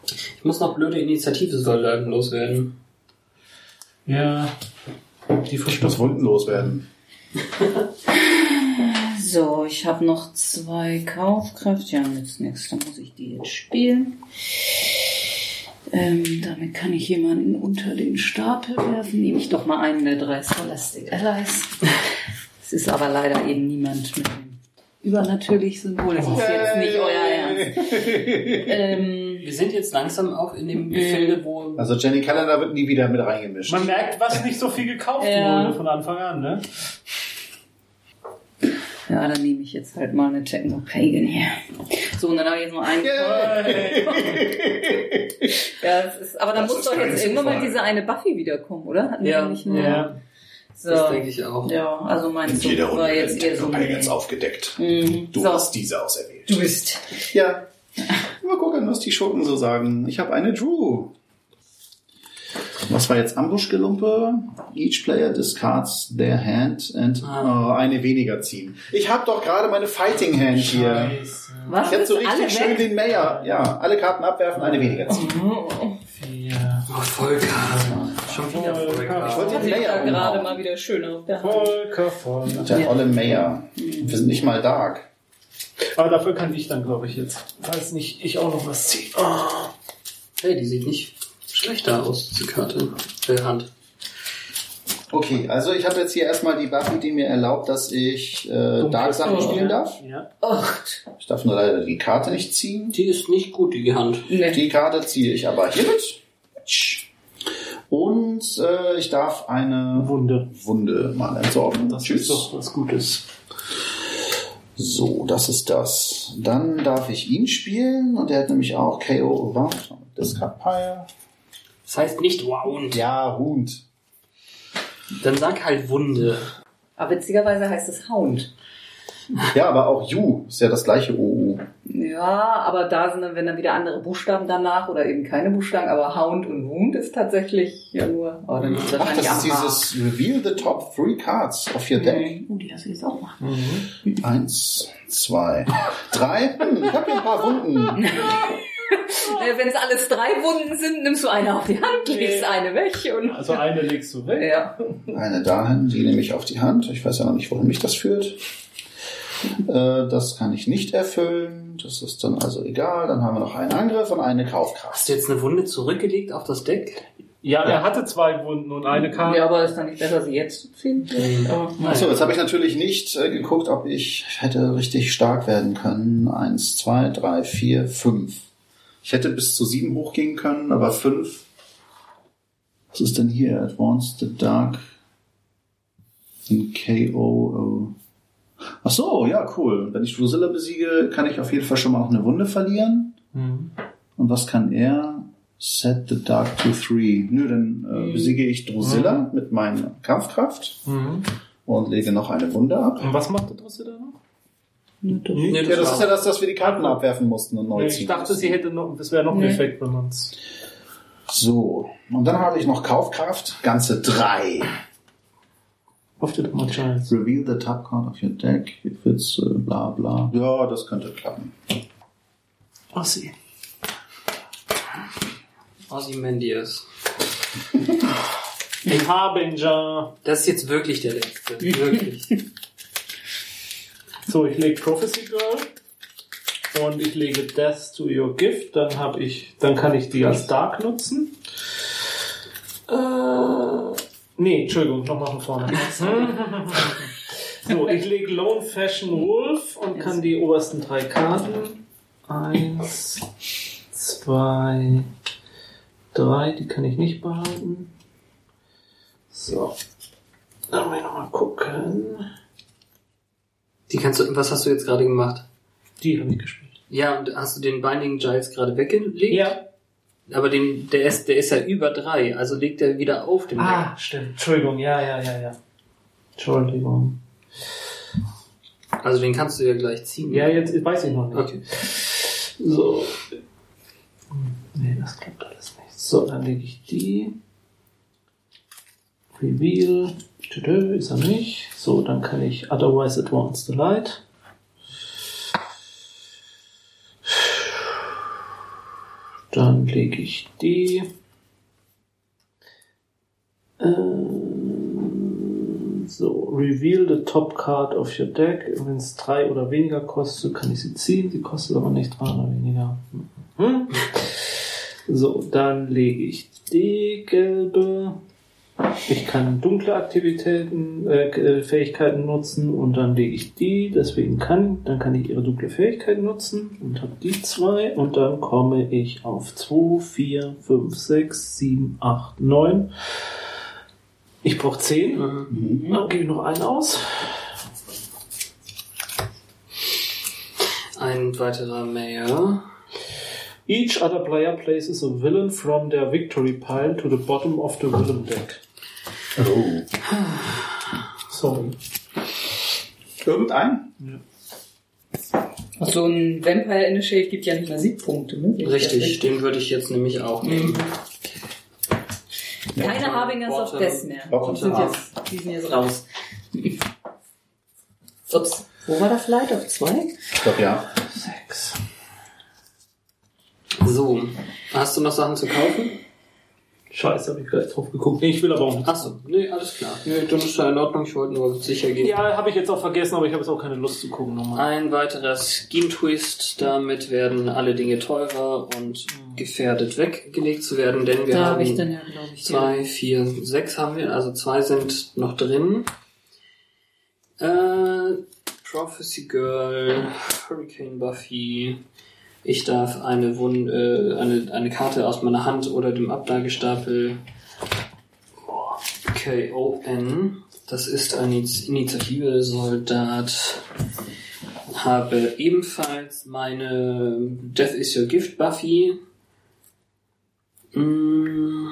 S4: Ich muss noch blöde Initiative-Soldaten loswerden.
S5: Ja. Die
S2: Ich muss
S5: verstopfen.
S2: Wunden loswerden.
S3: So, ich habe noch zwei Kaufkraft. Ja, jetzt nichts. Dann muss ich die jetzt spielen. Ähm, damit kann ich jemanden unter den Stapel werfen. Nehme ich doch mal einen der drei Scholastic Allies. Es ist aber leider eben niemand mit dem übernatürlichen Symbol. Das ist jetzt nicht euer Ernst. ähm,
S4: Wir sind jetzt langsam auch in dem Gefilde, wo
S2: Also Jenny Calendar wird nie wieder mit reingemischt.
S5: Man merkt, was nicht so viel gekauft
S3: Ja.
S5: wurde von Anfang an, ne?
S3: ja, dann nehme ich jetzt halt mal eine Techno-Pagan hier. So, und dann habe ich jetzt nur einen. Ja, das ist, aber dann
S2: Das
S3: muss
S2: ist
S3: doch
S2: ganz
S3: jetzt irgendwann mal
S2: gefallen.
S3: diese eine Buffy wiederkommen, oder? Hatten wir
S4: Ja,
S3: nicht nur-
S5: Ja.
S3: So.
S4: das denke ich auch.
S3: Ja, also mein Zug war jetzt eher so.
S2: ganz aufgedeckt.
S3: Mhm.
S2: Du
S3: so,
S2: hast diese auserwählt.
S3: du bist.
S2: Ja. Mal gucken, was die Schurken so sagen. Ich habe eine Drew. Was war jetzt Ambush-Gelumpe? Each player discards their hand and
S4: Ah.
S2: oh, eine weniger ziehen. Ich habe doch gerade meine Fighting Hand hier.
S4: Scheiße.
S3: Was?
S2: Ich hab so
S3: Alle
S2: richtig schön
S3: weg?
S2: den Mayor. Ja, alle Karten abwerfen, eine weniger ziehen.
S5: Vier.
S4: Oh, Volker. Schon wieder Volker.
S2: Ich wollte den
S3: Ich
S2: Mayor
S3: da gerade
S2: umhauen.
S3: mal wieder schön auf der Hand.
S5: Volker voll.
S2: Der olle Mayor. Wir sind nicht mal dark.
S5: Aber dafür kann ich dann, glaube ich, jetzt. Falls nicht, ich auch noch was ziehe. Oh.
S4: Hey, die sieht nicht schlechter aus, diese Karte. Äh, Hand.
S2: Okay, also ich habe jetzt hier erstmal die Waffe, die mir erlaubt, dass ich äh, Dark-Sachen spielen darf.
S5: Ja.
S2: Ich darf nur leider die Karte nicht ziehen.
S4: Die ist nicht gut, die Hand.
S2: Die Karte ziehe ich aber hiermit. Und äh, ich darf eine
S5: Wunde.
S2: Wunde mal entsorgen.
S5: Das ist doch was Gutes.
S2: So, das ist das. Dann darf ich ihn spielen und er hat nämlich auch KO Round. Discard
S4: Das heißt nicht wound.
S2: Ja, Hund.
S4: Dann sag halt Wunde.
S3: Aber witzigerweise heißt es Hound.
S2: Ja, aber auch You ist ja das gleiche OU.
S3: Ja, aber da sind dann, wenn dann wieder andere Buchstaben danach oder eben keine Buchstaben, aber Hound und Wound ist tatsächlich ja nur. Oh, dann ist
S2: Ach,
S3: wahrscheinlich
S2: das ist
S3: Amma.
S2: dieses Reveal the top three cards of your deck.
S3: Oh, die hast du jetzt auch mal.
S2: Mhm. Eins, zwei, drei. Hm, ich habe hier ein paar Wunden.
S3: Äh, Wenn es alles drei Wunden sind, nimmst du eine auf die Hand, legst
S5: Nee.
S3: eine weg und.
S5: Also eine legst du weg.
S3: Ja.
S2: Eine dahin, die nehme ich auf die Hand. Ich weiß ja noch nicht, wohin mich das führt. Äh, das kann ich nicht erfüllen. Das ist dann also egal. Dann haben wir noch einen Angriff und eine Kaufkraft.
S4: Hast du jetzt eine Wunde zurückgelegt auf das Deck?
S5: Ja, er hatte zwei Wunden und eine kam.
S3: Ja, aber ist dann nicht besser, sie jetzt zu ziehen?
S4: Oh,
S3: Aber-
S2: Achso, jetzt habe ich natürlich nicht äh, geguckt, ob ich hätte richtig stark werden können. Eins, zwei, drei, vier, fünf. Ich hätte bis zu sieben hochgehen können, aber fünf. Was ist denn hier? Advanced the Dark in KO. äh. Ach so, ja, cool. Wenn ich Drusilla besiege, kann ich auf jeden Fall schon mal auch eine Wunde verlieren.
S5: Mhm.
S2: Und was kann er? Set the Dark to three. Nö, dann äh, besiege ich Drusilla mit meiner Kampfkraft
S5: Mhm.
S2: und lege noch eine Wunde ab.
S5: Und was macht der Drosse da noch?
S4: Nee,
S2: Ja, das
S4: war-
S2: ist ja das, dass wir die Karten abwerfen mussten und neu
S5: Ich
S2: ziehen.
S5: dachte, sie hätte noch, das wäre noch ein Effekt, wenn man's.
S2: So, und dann habe ich noch Kaufkraft. Ganze drei.
S5: Auf den mal Scheiß.
S2: Reveal the top card of your deck. It fits, äh, bla bla. Ja, das könnte klappen.
S5: Ossi.
S4: Ozymandias.
S5: Ich habe ihn ja.
S4: Das ist jetzt wirklich der letzte. Wirklich.
S5: So, ich lege Prophecy Girl. Und ich lege Death to your Gift. Dann hab ich, dann kann ich die als Dark nutzen. Äh, nee, Entschuldigung, nochmal von vorne. so, ich lege Lone Fashion Wolf und kann die obersten drei Karten. Eins, zwei, drei, die kann ich nicht behalten. So. Dann will ich nochmal gucken.
S4: Die kannst du, was hast du jetzt gerade gemacht?
S5: Die habe ich gespielt.
S4: Ja, und hast du den Binding Giles gerade weggelegt?
S5: Ja.
S4: Aber den, der ist, der ist ja über drei, also legt er wieder auf dem
S5: Ah, stimmt. Entschuldigung, ja, ja, ja, ja. Entschuldigung.
S4: Deck. Also den kannst du ja gleich ziehen.
S5: Ja, jetzt weiß ich noch nicht.
S4: Okay.
S5: So. Hm, Nee, das klappt alles nicht. So, dann lege ich die. Reveal. Tüdö, ist er nicht. So, dann kann ich Otherwise Advance the Light. lege ich die. äh, Ähm, So, reveal the top card of your deck. Wenn es drei oder weniger kostet, kann ich sie ziehen. Sie kostet aber nicht drei oder weniger. Mhm. So, dann lege ich die gelbe. Ich kann dunkle Aktivitäten, äh, äh, Fähigkeiten nutzen und dann lege ich die, deswegen kann, dann kann ich ihre dunkle Fähigkeit nutzen und habe die zwei und dann komme ich auf 2, 4, 5, 6, 7, 8, 9. Ich brauche 10.
S4: Mhm.
S5: Dann gebe ich noch einen aus.
S4: Ein weiterer Mayor.
S5: Each other player places a villain from their victory pile to the bottom of the villain deck.
S2: Oh.
S5: So,
S2: Irgendein?
S3: So ein Vampire Initiate gibt ja nicht mal Siegpunkte, ne?
S4: Richtig, den würde ich jetzt nämlich auch nehmen.
S3: Keine Harbingers of
S4: Worte-
S3: Death mehr. Die
S2: Worte
S3: sind,
S2: ab.
S3: jetzt, die sind jetzt raus. Ups. Wo war das Light auf zwei?
S2: Ich glaube ja.
S5: sechs.
S4: So, hast du noch Sachen zu kaufen?
S5: Scheiße, habe ich gleich drauf geguckt. Ich will aber auch nicht.
S4: Achso, nee, alles klar. Nee, dann ist ja in Ordnung, ich wollte nur sicher gehen.
S5: Ja, habe ich jetzt auch vergessen, aber ich habe jetzt auch keine Lust zu gucken nochmal.
S4: Ein weiterer Scheme Twist, damit werden alle Dinge teurer und gefährdet weggelegt zu werden, denn wir
S6: Da
S4: haben
S6: habe ich dann ja, glaube ich, die-
S4: zwei, vier, sechs haben wir, also zwei sind noch drin. Äh, Prophecy Girl, Hurricane Buffy. Ich darf eine, Wun äh, eine, eine Karte aus meiner Hand oder dem Ablagestapel KON. Das ist eine Iniz- Initiative Soldat. Habe ebenfalls meine Death is your gift Buffy. Mm,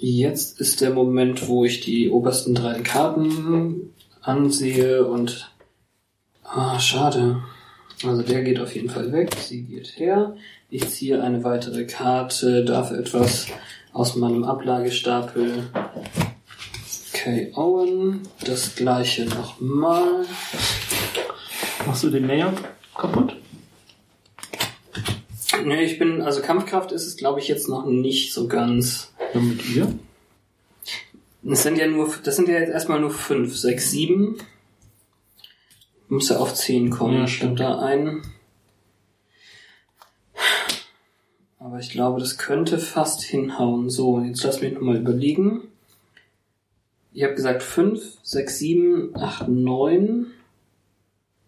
S4: Jetzt ist der Moment, wo ich die obersten drei Karten ansehe und ah, schade. Also der geht auf jeden Fall weg, sie geht her. Ich ziehe eine weitere Karte, darf etwas aus meinem Ablagestapel K. Owen. Das gleiche nochmal.
S5: Machst du den Mayor kaputt?
S4: Ne, ich bin, also Kampfkraft ist es glaube ich jetzt noch nicht so ganz.
S5: Ja, mit ihr?
S4: Das sind ja nur, das sind ja jetzt erstmal nur fünf, sechs, sieben. Muss ja auf zehn kommen,
S5: Ja,
S4: stimmt
S5: stimmt.
S4: da ein. Aber ich glaube, das könnte fast hinhauen. So, jetzt lass mich nochmal überlegen. Ich habe gesagt fünf, sechs, sieben, acht, neun.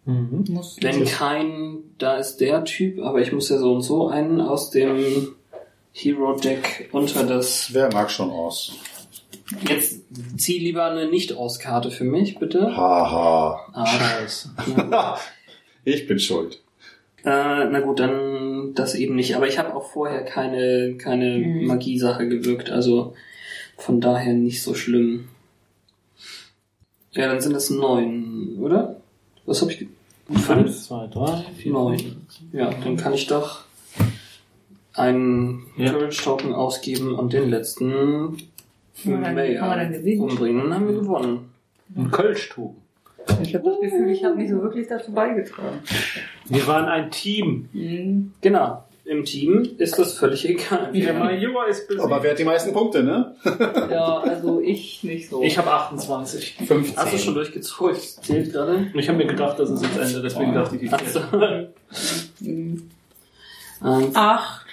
S5: Mhm.
S6: Muss
S4: Wenn kein, da ist der Typ, aber ich muss ja so und so einen aus dem Hero Deck unter das.
S2: Wer mag schon aus?
S4: Jetzt zieh lieber eine Nicht-Aus-Karte für mich, bitte.
S2: Haha.
S4: Ah,
S5: Scheiße.
S2: Ich bin schuld.
S4: Äh, na gut, dann das eben nicht. Aber ich habe auch vorher keine, keine
S6: Mhm.
S4: Magiesache gewirkt, also von daher nicht so schlimm. Ja, dann sind das neun, oder? Was habe ich? ge- Fünf?
S5: Eins, zwei, drei, vier,
S4: Neun. Ja, dann kann ich doch einen
S5: Ja.
S4: Courage Token ausgeben und den letzten
S6: Haben wir dann-
S4: Mayer
S6: haben wir dann gewinnt?
S4: umbringen. Dann haben wir gewonnen.
S5: Ein Kölsch-Token.
S3: Ich habe das Gefühl, ich habe nicht so wirklich dazu beigetragen.
S5: Wir waren ein Team.
S3: Hm,
S4: Genau. Im Team ist das völlig egal.
S5: Der Major ist besiegt.
S2: Aber wer hat die meisten Punkte, ne?
S3: Ja, also ich nicht so.
S5: ich habe 28.
S2: 15.
S4: Hast du schon durchgezogen? Zählt gerade?
S5: Und ich habe mir gedacht, das ist jetzt Ende, deswegen dachte ich, ich
S4: Achso.
S3: Mhm.
S4: Ähm,
S3: Ach.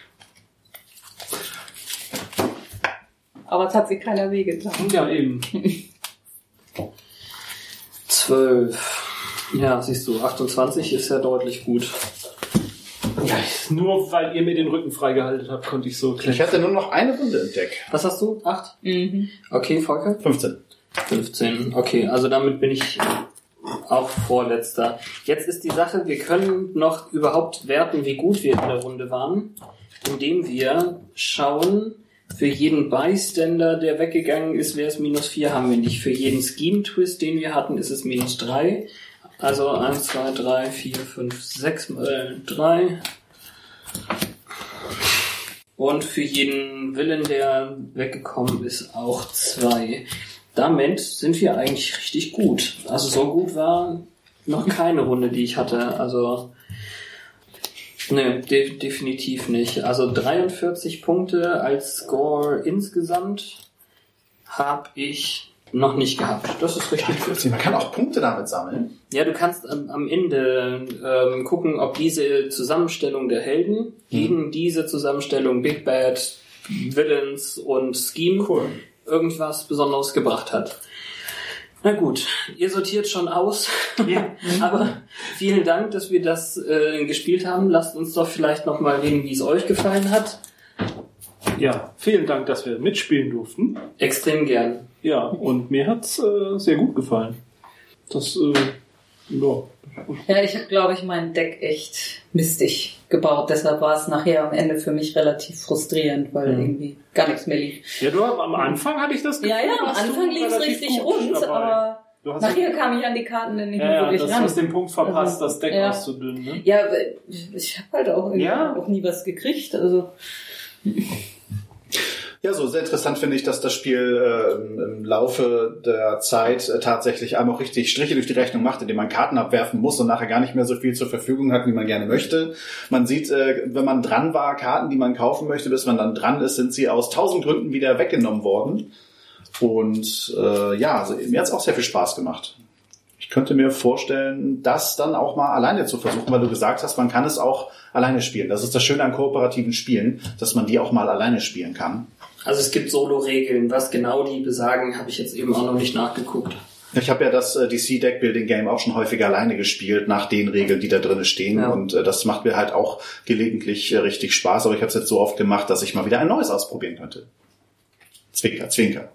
S3: Aber es hat sich keiner wehgetan.
S5: Ja, eben.
S4: Zwölf. Ja, siehst du, 28 ist ja deutlich gut.
S5: Ja, nur weil ihr mir den Rücken freigehalten habt, konnte ich so
S2: Ich hatte nur noch eine Runde im Deck.
S4: Was hast du? Acht?
S3: Mhm.
S4: Okay, Volker?
S2: 15.
S4: 15. Okay, also damit bin ich auch vorletzter. Jetzt ist die Sache, wir können noch überhaupt werten, wie gut wir in der Runde waren, indem wir schauen, für jeden Bystander, der weggegangen ist, wäre es minus 4, haben wir nicht. Für jeden Scheme-Twist, den wir hatten, ist es minus 3. Also 1, 2, 3, 4, 5, 6 mal 3. Und für jeden Willen, der weggekommen ist, auch 2 damit sind wir eigentlich richtig gut. Also so gut war noch keine Runde, die ich hatte. Also Nee, de definitiv nicht. Also 43 Punkte als Score insgesamt habe ich noch nicht gehabt. Das ist richtig gut.
S2: Man kann auch Punkte damit sammeln.
S4: Ja, du kannst am, am Ende ähm, gucken, ob diese Zusammenstellung der
S2: Mhm.
S4: Helden gegen diese Zusammenstellung Big Bad, Villains und Scheme
S2: Cool.
S4: irgendwas Besonderes gebracht hat. Na gut, ihr sortiert schon aus, aber vielen Dank, dass wir das äh, gespielt haben. Lasst uns doch vielleicht nochmal reden, wie es euch gefallen hat.
S5: Ja, vielen Dank, dass wir mitspielen durften.
S4: Extrem gern.
S5: Ja, und mir hat's äh, sehr gut gefallen. Das, äh, ja.
S3: Ja, ich habe, glaube ich, mein Deck echt mistig gebaut. Deshalb war es nachher am Ende für mich relativ frustrierend, weil
S5: Mhm.
S3: irgendwie gar nichts mehr lief.
S5: ja du, am Anfang hatte ich das Gefühl.
S3: Ja, ja, am
S5: warst du
S3: Anfang lief's
S5: relativ
S3: richtig
S5: gut
S3: rund,
S5: dabei.
S3: aber
S5: Du hast
S3: nachher kam ich an die Karten dann nicht
S5: ja,
S3: mehr
S5: ja,
S3: wirklich
S5: das
S3: ran.
S5: hast den Punkt verpasst, das Deck
S3: Ja.
S5: auszudünnen. Ne?
S3: Ja, aber ich habe halt auch, irgendwie
S5: Ja.
S3: auch nie was gekriegt. Also
S2: Ja, so sehr interessant finde ich, dass das Spiel äh, im- im Laufe der Zeit äh, tatsächlich einmal auch richtig Striche durch die Rechnung macht, indem man Karten abwerfen muss und nachher gar nicht mehr so viel zur Verfügung hat, wie man gerne möchte. Man sieht, äh, wenn man dran war, Karten, die man kaufen möchte, bis man dann dran ist, sind sie aus tausend Gründen wieder weggenommen worden. Und äh, ja, also, mir hat's auch sehr viel Spaß gemacht. Ich könnte mir vorstellen, das dann auch mal alleine zu versuchen, weil du gesagt hast, man kann es auch alleine spielen. Das ist das Schöne an kooperativen Spielen, dass man die auch mal alleine spielen kann.
S4: Also es gibt Solo-Regeln. Was genau die besagen, habe ich jetzt eben auch noch nicht nachgeguckt.
S2: Ich habe ja das äh, DC Deck Building Game auch schon häufiger alleine gespielt, nach den Regeln, die da drin stehen.
S4: Ja.
S2: Und äh, das macht mir halt auch gelegentlich äh, richtig Spaß. Aber ich habe es jetzt so oft gemacht, dass ich mal wieder ein neues ausprobieren könnte. Zwinker, Zwinker.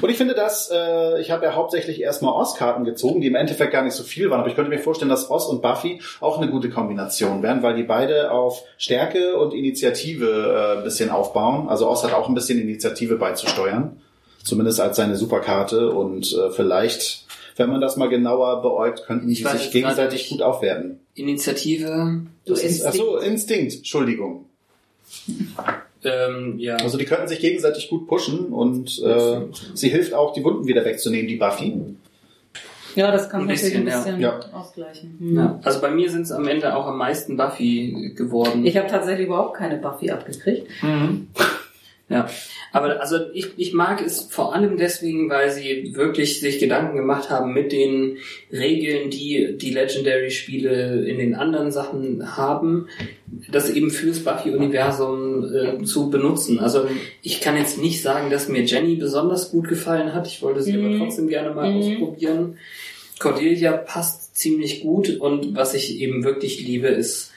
S2: Und ich finde das, äh, ich habe ja hauptsächlich erstmal Oz-Karten gezogen, die im Endeffekt gar nicht so viel waren, aber ich könnte mir vorstellen, dass Oz und Buffy auch eine gute Kombination wären, weil die beide auf Stärke und Initiative äh, ein bisschen aufbauen. Also Oz hat auch ein bisschen Initiative beizusteuern, zumindest als seine Superkarte und äh, vielleicht, wenn man das mal genauer beäugt, könnten die
S4: Ich weiß
S2: sich
S4: jetzt gerade
S2: gegenseitig
S4: nicht.
S2: gut aufwerten.
S4: Initiative,
S3: du
S2: Das ist- Ach so, Instinkt, Entschuldigung.
S4: ähm, ja.
S2: Also die könnten sich gegenseitig gut pushen und äh, sie hilft auch, die Wunden wieder wegzunehmen, die Buffy.
S3: ja, das kann
S4: Ein
S3: man natürlich ein
S4: bisschen,
S3: bisschen
S2: ja.
S3: ausgleichen.
S4: ja. Also bei mir sind es am Ende auch am meisten Buffy geworden.
S3: Ich habe tatsächlich überhaupt keine Buffy abgekriegt.
S4: Ja, aber also ich, ich mag es vor allem deswegen, weil sie wirklich sich Gedanken gemacht haben mit den Regeln, die die Legendary-Spiele in den anderen Sachen haben, das eben fürs Buffy-Universum äh, zu benutzen. Also ich kann jetzt nicht sagen, dass mir Jenny besonders gut gefallen hat. Ich wollte sie aber trotzdem gerne mal ausprobieren. Cordelia passt ziemlich gut und was ich eben wirklich liebe, ist,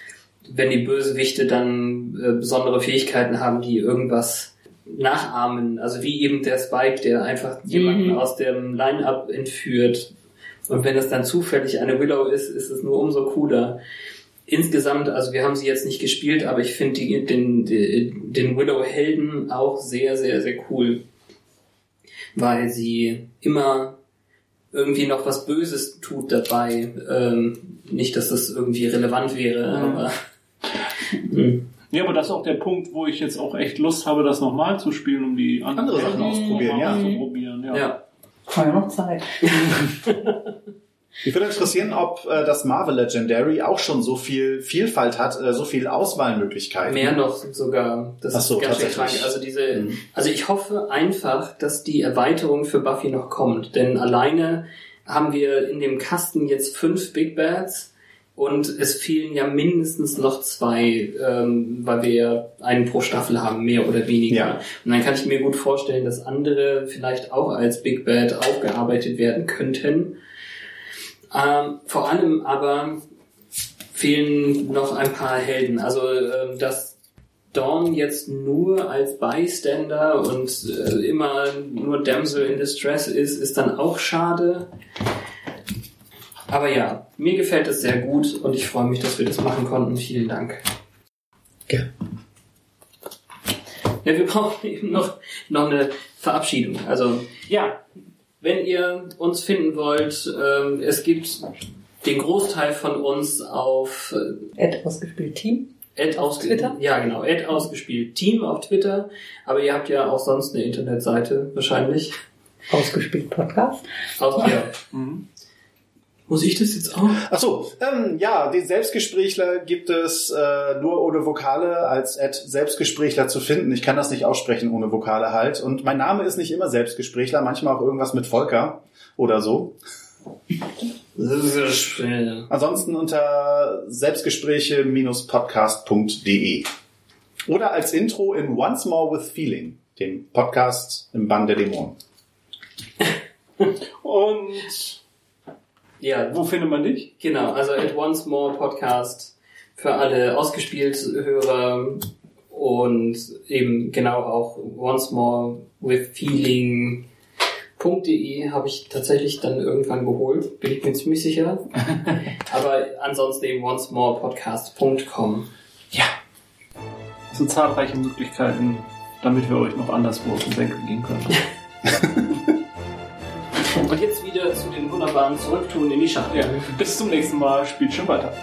S4: wenn die Bösewichte dann äh, besondere Fähigkeiten haben, die irgendwas nachahmen. Also wie eben der Spike, der einfach jemanden aus dem Line-Up entführt. Und wenn das dann zufällig eine Willow ist, ist es nur umso cooler. Insgesamt, also wir haben sie jetzt nicht gespielt, aber ich finde die- den, den, den Willow-Helden auch sehr, sehr, sehr cool. Weil sie immer irgendwie noch was Böses tut dabei. Ähm, nicht, dass das irgendwie relevant wäre,
S2: Mhm.
S4: aber. Hm.
S5: Ja, aber das ist auch der Punkt, wo ich jetzt auch echt Lust habe, das nochmal zu spielen, um die anderen
S2: Andere Sachen
S5: Sachen
S2: ausprobieren, ja.
S5: auszuprobieren. Ja.
S4: Ja.
S3: Haben wir noch Zeit.
S2: Mich würde interessieren, ob äh, das Marvel Legendary auch schon so viel Vielfalt hat, äh, so viel Auswahlmöglichkeiten.
S4: Mehr noch sogar. Das
S2: Ach so,
S4: ist ganz schön krank.
S2: tatsächlich.
S4: Also diese,
S2: Mhm.
S4: also ich hoffe einfach, dass die Erweiterung für Buffy noch kommt, denn alleine haben wir in dem Kasten jetzt fünf Big Bads und es fehlen ja mindestens noch zwei, ähm, weil wir ja einen pro Staffel haben, mehr oder weniger.
S2: Ja.
S4: Und dann kann ich mir gut vorstellen, dass andere vielleicht auch als Big Bad aufgearbeitet werden könnten. Ähm, vor allem aber fehlen noch ein paar Helden. Also ähm, dass Dawn jetzt nur als Bystander und äh, immer nur Damsel in Distress ist, ist dann auch schade. Aber ja, mir gefällt es sehr gut und ich freue mich, dass wir das machen konnten. Vielen Dank. Ja, wir brauchen eben noch, noch eine Verabschiedung. Also ja, wenn ihr uns finden wollt, ähm, es gibt den Großteil von uns auf äh,
S3: Ed ausgespielt Team.
S4: Ad auf
S3: Twitter?
S4: Ja, genau. Ad ausgespielt. Team auf Twitter. Aber ihr habt ja auch sonst eine Internetseite, wahrscheinlich.
S3: Ausgespielt Podcast.
S4: Aus ja.
S5: Mhm.
S4: Muss ich das jetzt auch?
S2: Ach so, ähm, ja, den Selbstgesprächler gibt es äh, nur ohne Vokale als Ad Selbstgesprächler zu finden. Ich kann das nicht aussprechen ohne Vokale halt. Und mein Name ist nicht immer Selbstgesprächler, manchmal auch irgendwas mit Volker oder so.
S4: Das ist ja schwer.
S2: Ansonsten unter selbstgespräche-podcast.de E. oder als Intro in Once More with Feeling, dem Podcast im Bann der Dämonen.
S5: Und
S4: Ja,
S5: wo findet man dich?
S4: genau. Also at once more Podcast für alle ausgespielt Hörer und eben genau auch once more with feeling. E habe ich tatsächlich dann irgendwann geholt, bin ich mir ziemlich sicher. Aber ansonsten eben oncemorepodcast.com.
S5: Es sind zahlreiche Möglichkeiten, damit wir euch noch anderswo auf den Senkel gehen können.
S4: Und jetzt wieder zu den wunderbaren Zurücktun in die Schachtel.
S5: Ja, bis zum nächsten Mal. Spielt schon weiter.